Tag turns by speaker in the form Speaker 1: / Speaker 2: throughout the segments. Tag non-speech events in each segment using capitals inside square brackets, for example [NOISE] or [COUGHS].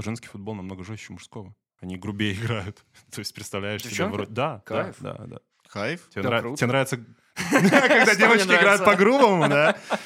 Speaker 1: Женский футбол намного жестче мужского. Они грубее [LAUGHS] играют. То есть представляешь себя
Speaker 2: Девчонки?
Speaker 1: вроде... Да, да,
Speaker 2: Кайф.
Speaker 1: да, да.
Speaker 3: Хайф?
Speaker 1: Тебе,
Speaker 2: Да,
Speaker 1: нра-
Speaker 2: круто.
Speaker 1: тебе нравится... [LAUGHS]
Speaker 3: Когда
Speaker 2: Что мне
Speaker 3: девочки играют
Speaker 2: нравится.
Speaker 3: по-грубому, да?
Speaker 2: [LAUGHS]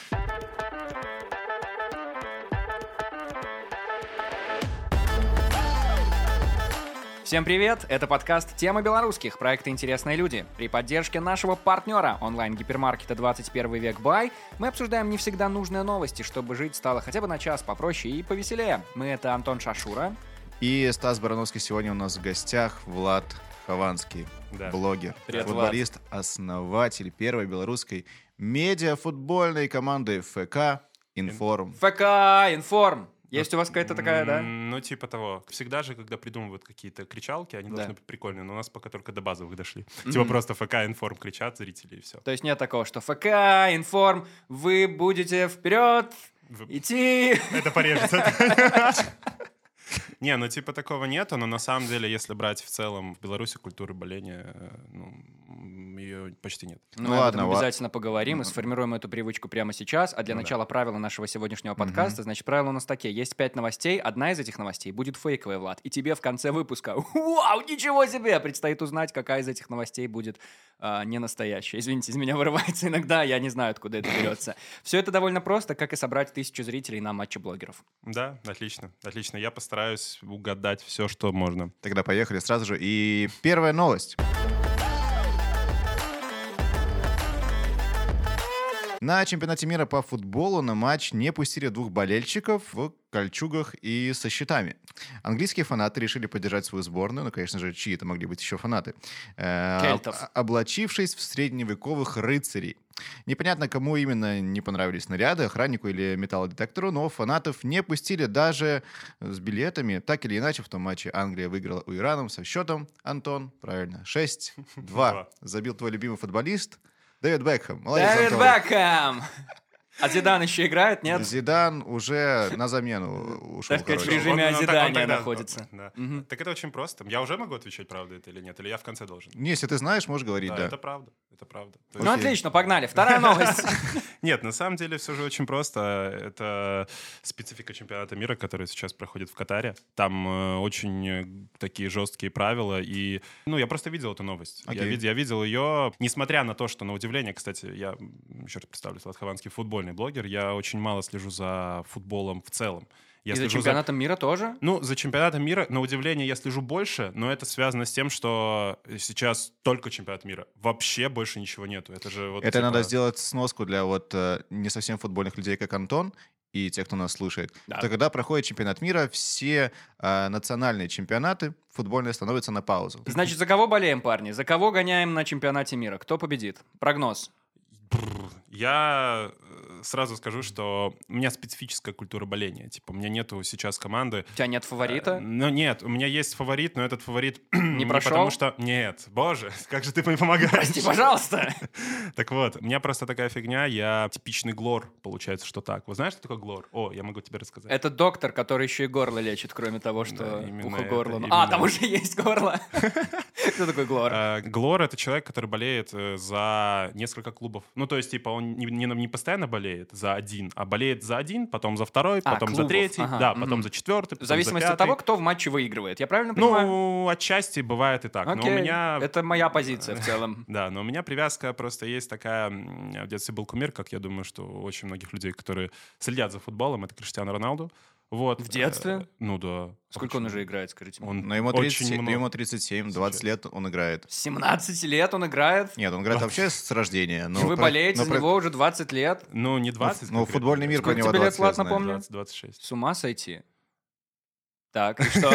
Speaker 2: Всем привет! Это подкаст «Тема белорусских» проекта «Интересные люди». При поддержке нашего партнера онлайн-гипермаркета «21 век Бай» мы обсуждаем не всегда нужные новости, чтобы жить стало хотя бы на час попроще и повеселее. Мы — это Антон Шашура.
Speaker 3: И Стас Барановский сегодня у нас в гостях. Влад Хованский,
Speaker 1: Да.
Speaker 3: блогер,
Speaker 2: Привет,
Speaker 3: футболист, основатель первой белорусской медиафутбольной команды ФК «Информ».
Speaker 2: ФК «Информ». Есть у вас какая-то такая,
Speaker 1: М,
Speaker 2: да?
Speaker 1: Ну, типа того. Всегда же, когда придумывают какие-то кричалки, они
Speaker 2: Да.
Speaker 1: должны быть прикольные, но у нас пока только до базовых дошли. Типа просто ФК информ кричат зрители и все.
Speaker 2: То есть нет такого, что ФК «Информ», вы будете вперед идти.
Speaker 1: Это порежется.
Speaker 2: [LAUGHS]
Speaker 1: Не, ну типа такого нету, но на самом деле, если брать в целом в Беларуси культуры боления, э, ну, ее почти нет.
Speaker 2: Ну,
Speaker 3: Ну
Speaker 2: мы об этом
Speaker 3: ладно, ва- Ну
Speaker 2: обязательно поговорим и сформируем эту привычку прямо сейчас. А для начала правила нашего сегодняшнего подкаста. Значит, правила у нас такие. Есть пять новостей. Одна из этих новостей будет фейковая, Влад. И тебе в конце выпуска, [LAUGHS] вау, ничего себе, предстоит узнать, какая из этих новостей будет а, не настоящая. Извините, из меня [LAUGHS] вырывается иногда, я не знаю, откуда это берется. Все это довольно просто, как и собрать тысячу зрителей на матче блогеров.
Speaker 1: Да, отлично, отлично. Я постараюсь угадать все, что можно.
Speaker 3: Тогда поехали сразу же. И первая новость. На чемпионате мира по футболу на матч не пустили двух болельщиков в кольчугах и со щитами. Английские фанаты решили поддержать свою сборную, ну, конечно же, чьи это могли быть еще фанаты, э,
Speaker 2: Кельтов.
Speaker 3: об- облачившись в средневековых рыцарей. Непонятно, кому именно не понравились наряды, охраннику или металлодетектору, но фанатов не пустили даже с билетами. Так или иначе, в том матче Англия выиграла у Ирана со счетом, Антон, правильно, 6-2.
Speaker 1: Два.
Speaker 3: Забил твой любимый футболист Дэвид Бекхэм. Молодец,
Speaker 2: Дэвид
Speaker 3: Антон.
Speaker 2: Бекхэм! А Зидан еще играет, нет?
Speaker 3: Зидан уже на замену ушел.
Speaker 2: Так сказать, в
Speaker 3: короче.
Speaker 2: режим- режиме
Speaker 1: Он- он ну, так- он
Speaker 2: озидания
Speaker 1: тогда-
Speaker 2: находится.
Speaker 1: да.
Speaker 2: Мгм.
Speaker 1: Так это очень просто. Я уже могу отвечать, правда это или нет, или я в конце должен.
Speaker 3: Не, Если ты знаешь, можешь говорить,
Speaker 1: Да,
Speaker 3: да.
Speaker 1: это правда, это правда. То
Speaker 2: Ну
Speaker 3: Окей.
Speaker 2: отлично, погнали. Вторая
Speaker 3: [LAUGHS]
Speaker 2: новость.
Speaker 1: Нет, на самом деле все же очень просто. Это специфика чемпионата мира, который сейчас проходит в Катаре. Там э, очень э, такие жесткие правила. И, ну, я просто видел эту новость. Я,
Speaker 3: Окей.
Speaker 1: вид- я видел ее, несмотря на то, что, на удивление, кстати, я м, еще раз представлюсь, Влад Хованский футбольный блогер, я очень мало слежу за футболом в целом. Я
Speaker 2: И за
Speaker 1: слежу
Speaker 2: чемпионатом мира тоже?
Speaker 1: Ну, за чемпионатом мира, на удивление, я слежу больше, но это связано с тем, что сейчас только чемпионат мира. Вообще больше ничего нету. Это же вот
Speaker 3: Это
Speaker 1: типа,
Speaker 3: надо сделать сноску для вот э, не совсем футбольных людей, как Антон, и тех, кто нас слушает.
Speaker 2: Да.
Speaker 3: То когда проходит чемпионат мира, все э, национальные чемпионаты футбольные становятся на паузу.
Speaker 2: Значит, за кого болеем, парни? За кого гоняем на чемпионате мира? Кто победит? Прогноз.
Speaker 1: бррр. Я э, сразу скажу, что у меня специфическая культура боления. Типа, у меня нету сейчас команды.
Speaker 2: У тебя нет
Speaker 1: Э,
Speaker 2: фаворита?
Speaker 1: Ну, нет, у меня есть фаворит, но этот фаворит... [CLEARS THROAT] Не
Speaker 2: прошел?
Speaker 1: Потому что... Нет, боже, [LAUGHS] как же ты
Speaker 2: [LAUGHS]
Speaker 1: мне помогаешь.
Speaker 2: Прости, пожалуйста.
Speaker 1: Так вот, у меня просто такая фигня, я типичный глор, получается, что так. Вы знаешь, что такое глор? О, я могу тебе рассказать.
Speaker 2: Это доктор, который еще и горло лечит, кроме того,
Speaker 1: Да,
Speaker 2: что
Speaker 1: именно
Speaker 2: ухо
Speaker 1: это,
Speaker 2: горло.
Speaker 1: именно
Speaker 2: А, там
Speaker 1: это.
Speaker 2: уже есть горло. [LAUGHS] Кто такой Глор?
Speaker 1: Э, Глор это человек, который болеет э, за несколько клубов. Ну, то есть, типа, он не, не- не постоянно болеет за один, а болеет за один, потом за второй,
Speaker 2: А,
Speaker 1: потом за
Speaker 2: клубов,
Speaker 1: третий,
Speaker 2: ага,
Speaker 1: да,
Speaker 2: мгм.
Speaker 1: потом за четвертый.
Speaker 2: В
Speaker 1: потом за
Speaker 2: зависимости от
Speaker 1: пятый.
Speaker 2: того, кто в матче выигрывает. Я правильно понимаю?
Speaker 1: Ну, отчасти бывает и так. Но у
Speaker 2: Окей,
Speaker 1: меня. Э,
Speaker 2: Это моя позиция в
Speaker 1: [LAUGHS]
Speaker 2: целом.
Speaker 1: Да, но у меня привязка просто есть такая... м, У меня в детстве был кумир, как я думаю, что у очень многих людей, которые следят за футболом, это Криштиану Роналду. Вот.
Speaker 2: В детстве?
Speaker 1: Э, Ну да.
Speaker 2: Сколько он уже играет, скажите? мне?
Speaker 1: Он
Speaker 3: Но ему,
Speaker 1: очень
Speaker 3: 37,
Speaker 1: много.
Speaker 3: ему 37, 20 лет он играет.
Speaker 2: 17 лет он играет.
Speaker 3: Нет, он играет вообще с рождения. Но
Speaker 2: Ну. И вы
Speaker 3: про-
Speaker 2: болеете
Speaker 3: но
Speaker 2: за
Speaker 3: про-
Speaker 2: него уже 20 лет.
Speaker 1: Ну, не 20.
Speaker 3: Ну,
Speaker 1: конкретно,
Speaker 3: футбольный мир про
Speaker 2: Сколько
Speaker 3: него
Speaker 2: тебе лет,
Speaker 3: 20
Speaker 2: Влад,
Speaker 3: лет знаю.
Speaker 2: напомни?
Speaker 1: 20-26. [LAUGHS]
Speaker 2: С ума сойти. Так, и что?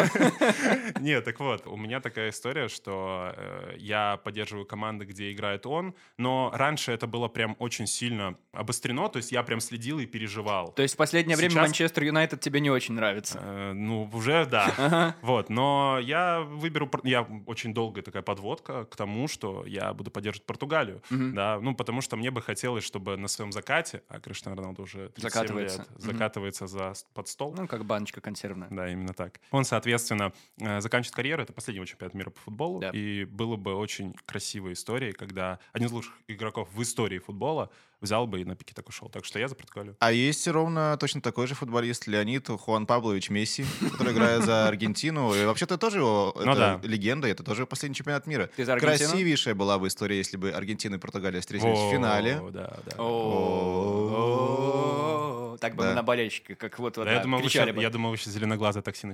Speaker 1: Не, так вот, у меня такая история, что э, я поддерживаю команды, где играет он, но раньше это было прям очень сильно обострено, то есть я прям следил и переживал.
Speaker 2: То есть в последнее время
Speaker 1: Сейчас-
Speaker 2: Манчестер Юнайтед тебе не очень нравится.
Speaker 1: Э, Ну, уже да.
Speaker 2: Ага.
Speaker 1: Вот, но я выберу... Пор- Я очень долгая такая подводка к тому, что я буду поддерживать Португалию.
Speaker 2: Мгм.
Speaker 1: Да, ну, потому что мне бы хотелось, чтобы на своем закате, а Криштиану Роналду уже 37
Speaker 2: Закатывается.
Speaker 1: лет,
Speaker 2: Мгм.
Speaker 1: закатывается за, под стол.
Speaker 2: Ну, как баночка консервная.
Speaker 1: Да, именно так. так. Он, соответственно, э, заканчивает карьеру. Это последний чемпионат мира по футболу.
Speaker 2: Да.
Speaker 1: И было бы очень красивой историей, когда один из лучших игроков в истории футбола взял бы и на пике так ушел. Так что я запротоколю.
Speaker 3: А есть ровно точно такой же футболист Леонид Хуан Павлович Месси, который играет за
Speaker 2: [LAUGHS]
Speaker 3: Аргентину. И вообще-то тоже его
Speaker 1: Ну
Speaker 3: это
Speaker 1: да.
Speaker 3: легенда, и это тоже последний чемпионат мира.
Speaker 2: Ты за Аргентину?
Speaker 3: Красивейшая была бы история, если бы Аргентина и Португалия встретились в
Speaker 1: О,
Speaker 3: финале.
Speaker 1: Да, да.
Speaker 2: О. Так бы
Speaker 3: Да.
Speaker 2: мы на болельщика, как вот вот,
Speaker 1: Да, я,
Speaker 2: да,
Speaker 1: думал, вы
Speaker 2: кричали
Speaker 1: щас-
Speaker 2: бы.
Speaker 1: я думал, вы сейчас зеленоглазое такси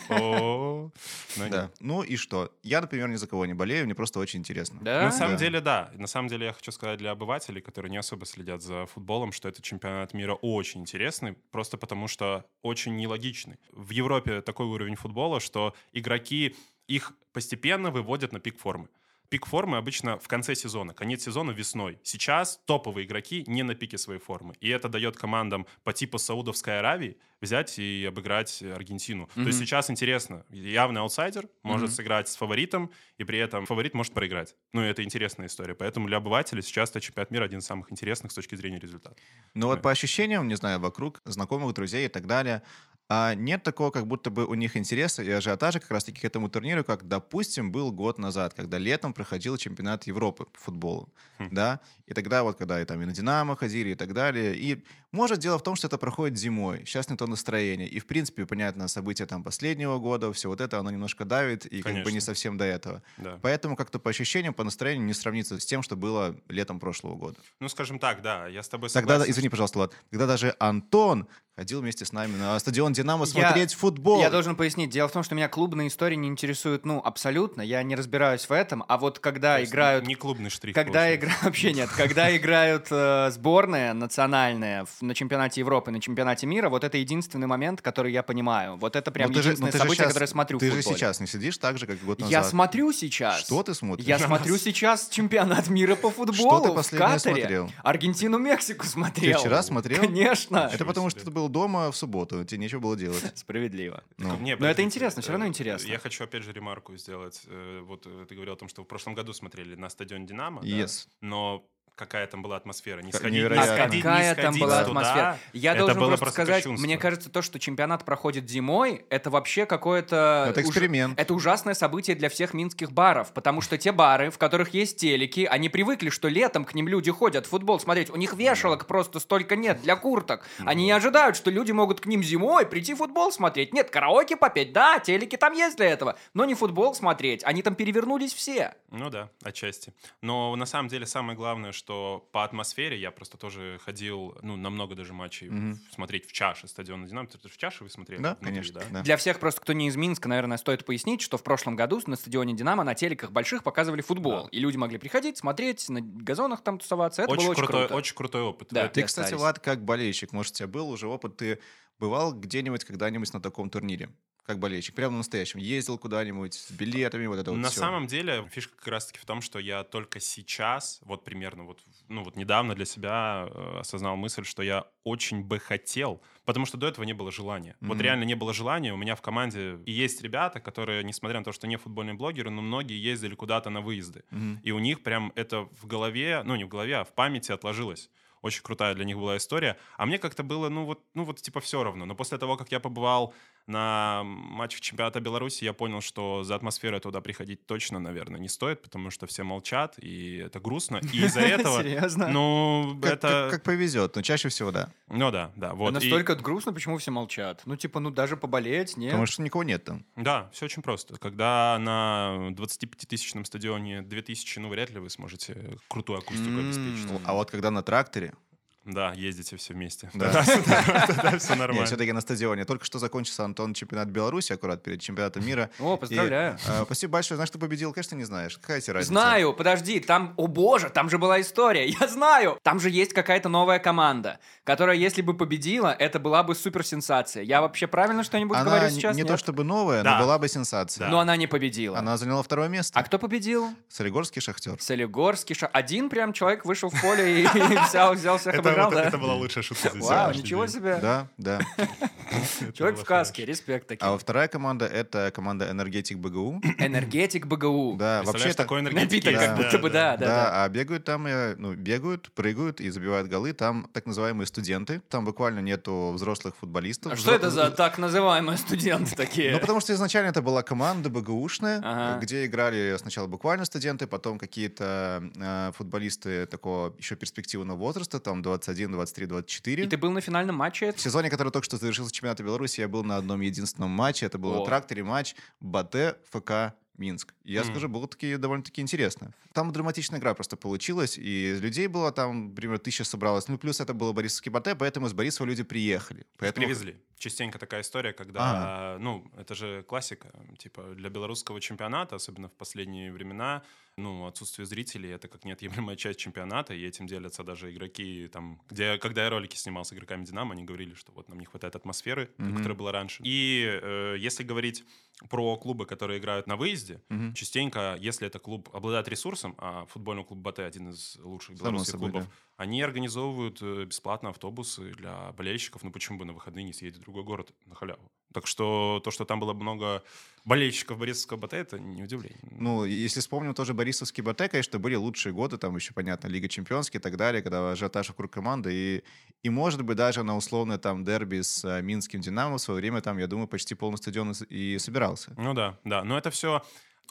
Speaker 1: начнете. О, но нет.
Speaker 3: Да. Ну и что? Я, например, ни за кого не болею, мне просто очень интересно.
Speaker 2: Да?
Speaker 1: На самом
Speaker 3: Да.
Speaker 1: деле, да. На самом деле, я хочу сказать для обывателей, которые не особо следят за футболом, что этот чемпионат мира очень интересный, просто потому что очень нелогичный. В Европе такой уровень футбола, что игроки их постепенно выводят на пик формы. Пик формы обычно в конце сезона, конец сезона весной. Сейчас топовые игроки не на пике своей формы. И это дает командам по типу Саудовской Аравии взять и обыграть Аргентину. То есть
Speaker 2: Мгм.
Speaker 1: сейчас интересно. Явный аутсайдер может
Speaker 2: Мгм.
Speaker 1: сыграть с фаворитом, и при этом фаворит может проиграть. Ну, и это интересная история. Поэтому для обывателя сейчас этот чемпионат мира один из самых интересных с точки зрения результата.
Speaker 3: Но Ну, вот
Speaker 1: Да.
Speaker 3: по ощущениям, не знаю, вокруг знакомых, друзей и так далее, а нет такого, как будто бы у них интереса и ажиотажа как раз-таки к этому турниру, как, допустим, был год назад, когда летом проходил чемпионат Европы по футболу,
Speaker 1: Хм.
Speaker 3: да, и тогда вот, когда и там и на «Динамо» ходили и так далее, и может дело в том, что это проходит зимой, сейчас не то настроение, и, в принципе, понятно, события там последнего года, все вот это, оно немножко давит, и как бы не
Speaker 1: Конечно.
Speaker 3: совсем до этого.
Speaker 1: Да.
Speaker 3: Поэтому как-то по ощущениям, по настроению не сравнится с тем, что было летом прошлого года.
Speaker 1: Ну, скажем так, да, я с тобой
Speaker 3: Тогда,
Speaker 1: согласен.
Speaker 3: извини, пожалуйста, Влад, тогда даже Антон ходил вместе с нами на стадион «Динамо»
Speaker 2: Я-
Speaker 3: смотреть футбол.
Speaker 2: Я должен пояснить. Дело в том, что меня клубные истории не интересуют, ну, абсолютно. Я не разбираюсь в этом. А вот
Speaker 1: То
Speaker 2: когда
Speaker 1: есть
Speaker 2: играют...
Speaker 1: Не клубный штрих.
Speaker 2: Когда
Speaker 1: получается.
Speaker 2: игра [LAUGHS] вообще нет, когда играют э, сборные национальные в- на чемпионате Европы, на чемпионате мира, вот это единственный момент, который я понимаю. Вот это прям
Speaker 3: Ну, ты же- ну,
Speaker 2: единственное
Speaker 3: ты же
Speaker 2: событие,
Speaker 3: щас-
Speaker 2: которое я смотрю. в
Speaker 3: Ты же
Speaker 2: футболе.
Speaker 3: сейчас не сидишь так же, как год назад.
Speaker 2: Я смотрю сейчас.
Speaker 3: Что ты смотришь?
Speaker 2: Я смотрю сейчас чемпионат мира по
Speaker 3: [LAUGHS] Что
Speaker 2: футболу
Speaker 3: ты
Speaker 2: в
Speaker 3: последнее
Speaker 2: Катаре. [LAUGHS]
Speaker 3: смотрел?
Speaker 2: Аргентину, Мексику смотрел.
Speaker 3: Ты вчера смотрел?
Speaker 2: Конечно.
Speaker 3: Это
Speaker 1: Ничего
Speaker 3: потому,
Speaker 1: себе.
Speaker 3: что ты был дома в субботу, тебе нечего было делать.
Speaker 2: Справедливо.
Speaker 3: Ну.
Speaker 1: Не,
Speaker 2: Но
Speaker 1: подождите,
Speaker 2: это интересно, всё равно
Speaker 1: э,
Speaker 2: интересно.
Speaker 1: Я хочу опять же ремарку сделать. Э, Вот э, ты говорил о том, что в прошлом году смотрели на стадион «Динамо», да?
Speaker 3: Yes.
Speaker 1: но какая там была атмосфера. Не
Speaker 3: Как
Speaker 1: сходить, не
Speaker 3: невероятно.
Speaker 1: сходить- не
Speaker 2: какая там
Speaker 1: сходить
Speaker 2: была
Speaker 1: туда.
Speaker 2: атмосфера. Я
Speaker 1: это
Speaker 2: должен
Speaker 1: было
Speaker 2: просто
Speaker 1: просто
Speaker 2: сказать,
Speaker 1: кощунство.
Speaker 2: мне кажется, то, что чемпионат проходит зимой, это вообще какое-то...
Speaker 3: Это
Speaker 2: уж-
Speaker 3: эксперимент.
Speaker 2: Это ужасное событие для всех минских баров, потому что те бары, в которых есть телеки, они привыкли, что летом к ним люди ходят футбол смотреть. У них вешалок просто столько нет для курток. Они не ожидают, что люди могут к ним зимой прийти футбол смотреть. Нет, караоке попеть, да, телеки там есть для этого, но не футбол смотреть. Они там перевернулись все.
Speaker 1: Ну да, отчасти. Но на самом деле самое главное, что по атмосфере я просто тоже ходил, ну, на много даже матчей
Speaker 3: Мгм.
Speaker 1: в- смотреть в чаше стадиона «Динамо». Ты в чаше вы смотрели?
Speaker 3: Да,
Speaker 1: внутри,
Speaker 3: конечно.
Speaker 1: Э, да?
Speaker 3: да.
Speaker 2: э, Для всех просто, кто не из Минска, наверное, стоит пояснить, что в прошлом году на стадионе «Динамо» на телеках больших показывали футбол.
Speaker 1: Да.
Speaker 2: И люди могли приходить, смотреть, на газонах там тусоваться. Это
Speaker 1: Очень,
Speaker 2: было очень
Speaker 1: крутой,
Speaker 2: круто.
Speaker 1: очень крутой опыт.
Speaker 2: Да.
Speaker 1: Это-
Speaker 3: Ты,
Speaker 2: не
Speaker 3: кстати,
Speaker 2: остались.
Speaker 3: Влад, как болельщик, может, у тебя был уже опыт, ты бывал где-нибудь когда-нибудь на таком турнире? Как болельщик, прямо настоящим. Ездил куда-нибудь с билетами, вот это вот
Speaker 1: На
Speaker 3: всё.
Speaker 1: самом деле фишка как раз-таки в том, что я только сейчас, вот примерно вот, ну вот недавно для себя э, осознал мысль, что я очень бы хотел, потому что до этого не было желания. Вот
Speaker 3: Мгм.
Speaker 1: реально не было желания. У меня в команде и есть ребята, которые, несмотря на то, что не футбольные блогеры, но многие ездили куда-то на выезды.
Speaker 3: Мгм.
Speaker 1: И у них прям это в голове, ну не в голове, а в памяти отложилось. Очень крутая для них была история. А мне как-то было, ну вот, ну вот типа все равно. Но после того, как я побывал на матчах чемпионата Беларуси, я понял, что за атмосферой туда приходить точно, наверное, не стоит, потому что все молчат, и это грустно. И
Speaker 3: [LAUGHS]
Speaker 1: из-за этого...
Speaker 2: Серьезно?
Speaker 1: Ну,
Speaker 3: Как, как-
Speaker 1: это...
Speaker 3: как повезет, но чаще всего да.
Speaker 1: Ну да, да, вот. И-
Speaker 2: Настолько грустно, почему все молчат. Ну, типа, ну даже поболеть, нет.
Speaker 3: Потому что никого нет там.
Speaker 1: Да, все очень просто. Когда на 25-тысячном стадионе 2000, ну вряд ли вы сможете крутую акустику
Speaker 2: М.
Speaker 1: обеспечить.
Speaker 3: А вот когда на тракторе,
Speaker 1: Да, ездите все вместе.
Speaker 3: Да.
Speaker 1: [LAUGHS] Тогда все
Speaker 3: Нет,
Speaker 1: нормально.
Speaker 3: все-таки на стадионе. Только что закончился, Антон, чемпионат Беларуси, аккурат перед
Speaker 1: [LAUGHS]
Speaker 3: чемпионатом мира.
Speaker 2: О,
Speaker 3: И,
Speaker 2: поздравляю.
Speaker 3: э, спасибо большое. Знаешь, ты победил? Конечно, не знаешь. Какая тебе разница?
Speaker 2: Знаю, подожди, там, о боже, там же была история, [LAUGHS] я знаю. Там же есть какая-то новая команда, которая, если бы победила, это была бы суперсенсация. Я вообще правильно что-нибудь
Speaker 3: Она
Speaker 2: говорю
Speaker 3: не-
Speaker 2: сейчас?
Speaker 3: не
Speaker 2: Нет?
Speaker 3: то чтобы новая,
Speaker 1: Да.
Speaker 3: но была бы сенсация.
Speaker 2: Но она не победила.
Speaker 3: Она заняла второе место.
Speaker 2: А кто победил?
Speaker 3: Солигорский шахтер. [LAUGHS]
Speaker 2: Солигорский. ша- Один прям человек вышел в поле и [LAUGHS] взял, взял всех
Speaker 1: Это
Speaker 2: проиграл,
Speaker 1: вот это-
Speaker 2: да?
Speaker 1: Это была лучшая шутка за
Speaker 2: Ну Вау,
Speaker 1: сегодняшний
Speaker 2: ничего
Speaker 1: день.
Speaker 2: себе.
Speaker 3: Да, да.
Speaker 1: Это
Speaker 2: Человек
Speaker 1: было
Speaker 2: в каске, респект
Speaker 3: А
Speaker 2: таким.
Speaker 3: вторая команда — это команда «Энергетик
Speaker 1: [COUGHS]
Speaker 3: БГУ».
Speaker 2: Энергетик БГУ.
Speaker 3: Да,
Speaker 1: Представляешь,
Speaker 3: вообще
Speaker 1: такой энергетик
Speaker 2: Напиток
Speaker 1: есть,
Speaker 2: как будто бы, да, да, да.
Speaker 3: Да, а бегают там, э, ну, бегают, прыгают и забивают голы. Там так называемые студенты. Там буквально нету взрослых футболистов.
Speaker 2: А что
Speaker 3: Взро-
Speaker 2: это за так называемые студенты
Speaker 3: Ну,
Speaker 2: такие?
Speaker 3: потому что изначально это была команда БГУшная,
Speaker 2: Ага.
Speaker 3: э, где играли сначала буквально студенты, потом какие-то э, футболисты такого еще перспективного возраста, там 21, 23, 24.
Speaker 2: И ты был на финальном матче?
Speaker 3: В сезоне, который только что завершился чемпионата Беларуси, я был на одном единственном матче. Это был
Speaker 2: О.
Speaker 3: на тракторе матч Бате ФК Минск. И Я
Speaker 1: М.
Speaker 3: скажу, было таки довольно-таки интересно. Там драматичная игра просто получилась, и людей было там, примерно, тысяча собралось. Ну, плюс это было Борисовский Бате, поэтому из Борисова люди приехали. Поэтому...
Speaker 1: Привезли. Частенько такая история, когда, ну, это же классика, типа, для белорусского чемпионата, особенно в последние времена, ну, отсутствие зрителей — это как неотъемлемая часть чемпионата, и этим делятся даже игроки, там, где, когда я ролики снимал с игроками «Динамо», они говорили, что вот нам не хватает атмосферы,
Speaker 3: Мгм.
Speaker 1: которая была раньше. И э, если говорить про клубы, которые играют на выезде,
Speaker 3: Мгм.
Speaker 1: Частенько, если это клуб обладает ресурсом, а футбольный клуб Батэ один из лучших
Speaker 3: Само
Speaker 1: белорусских
Speaker 3: собой,
Speaker 1: клубов, они организовывают э, бесплатно автобусы для болельщиков. Ну почему бы на выходные не съездить в другой город на халяву? Так что то, что там было много болельщиков Борисовского Батэ, это не удивление.
Speaker 3: Ну, и если вспомним тоже Борисовский Бате, конечно, были лучшие годы, там еще, понятно, Лига Чемпионская и так далее, когда ажиотаж вокруг команды, и, и, может быть, даже на условное там дерби с э, Минским Динамо в свое время там, я думаю, почти полный стадион и с- и собирался.
Speaker 1: Ну да, да. Но это все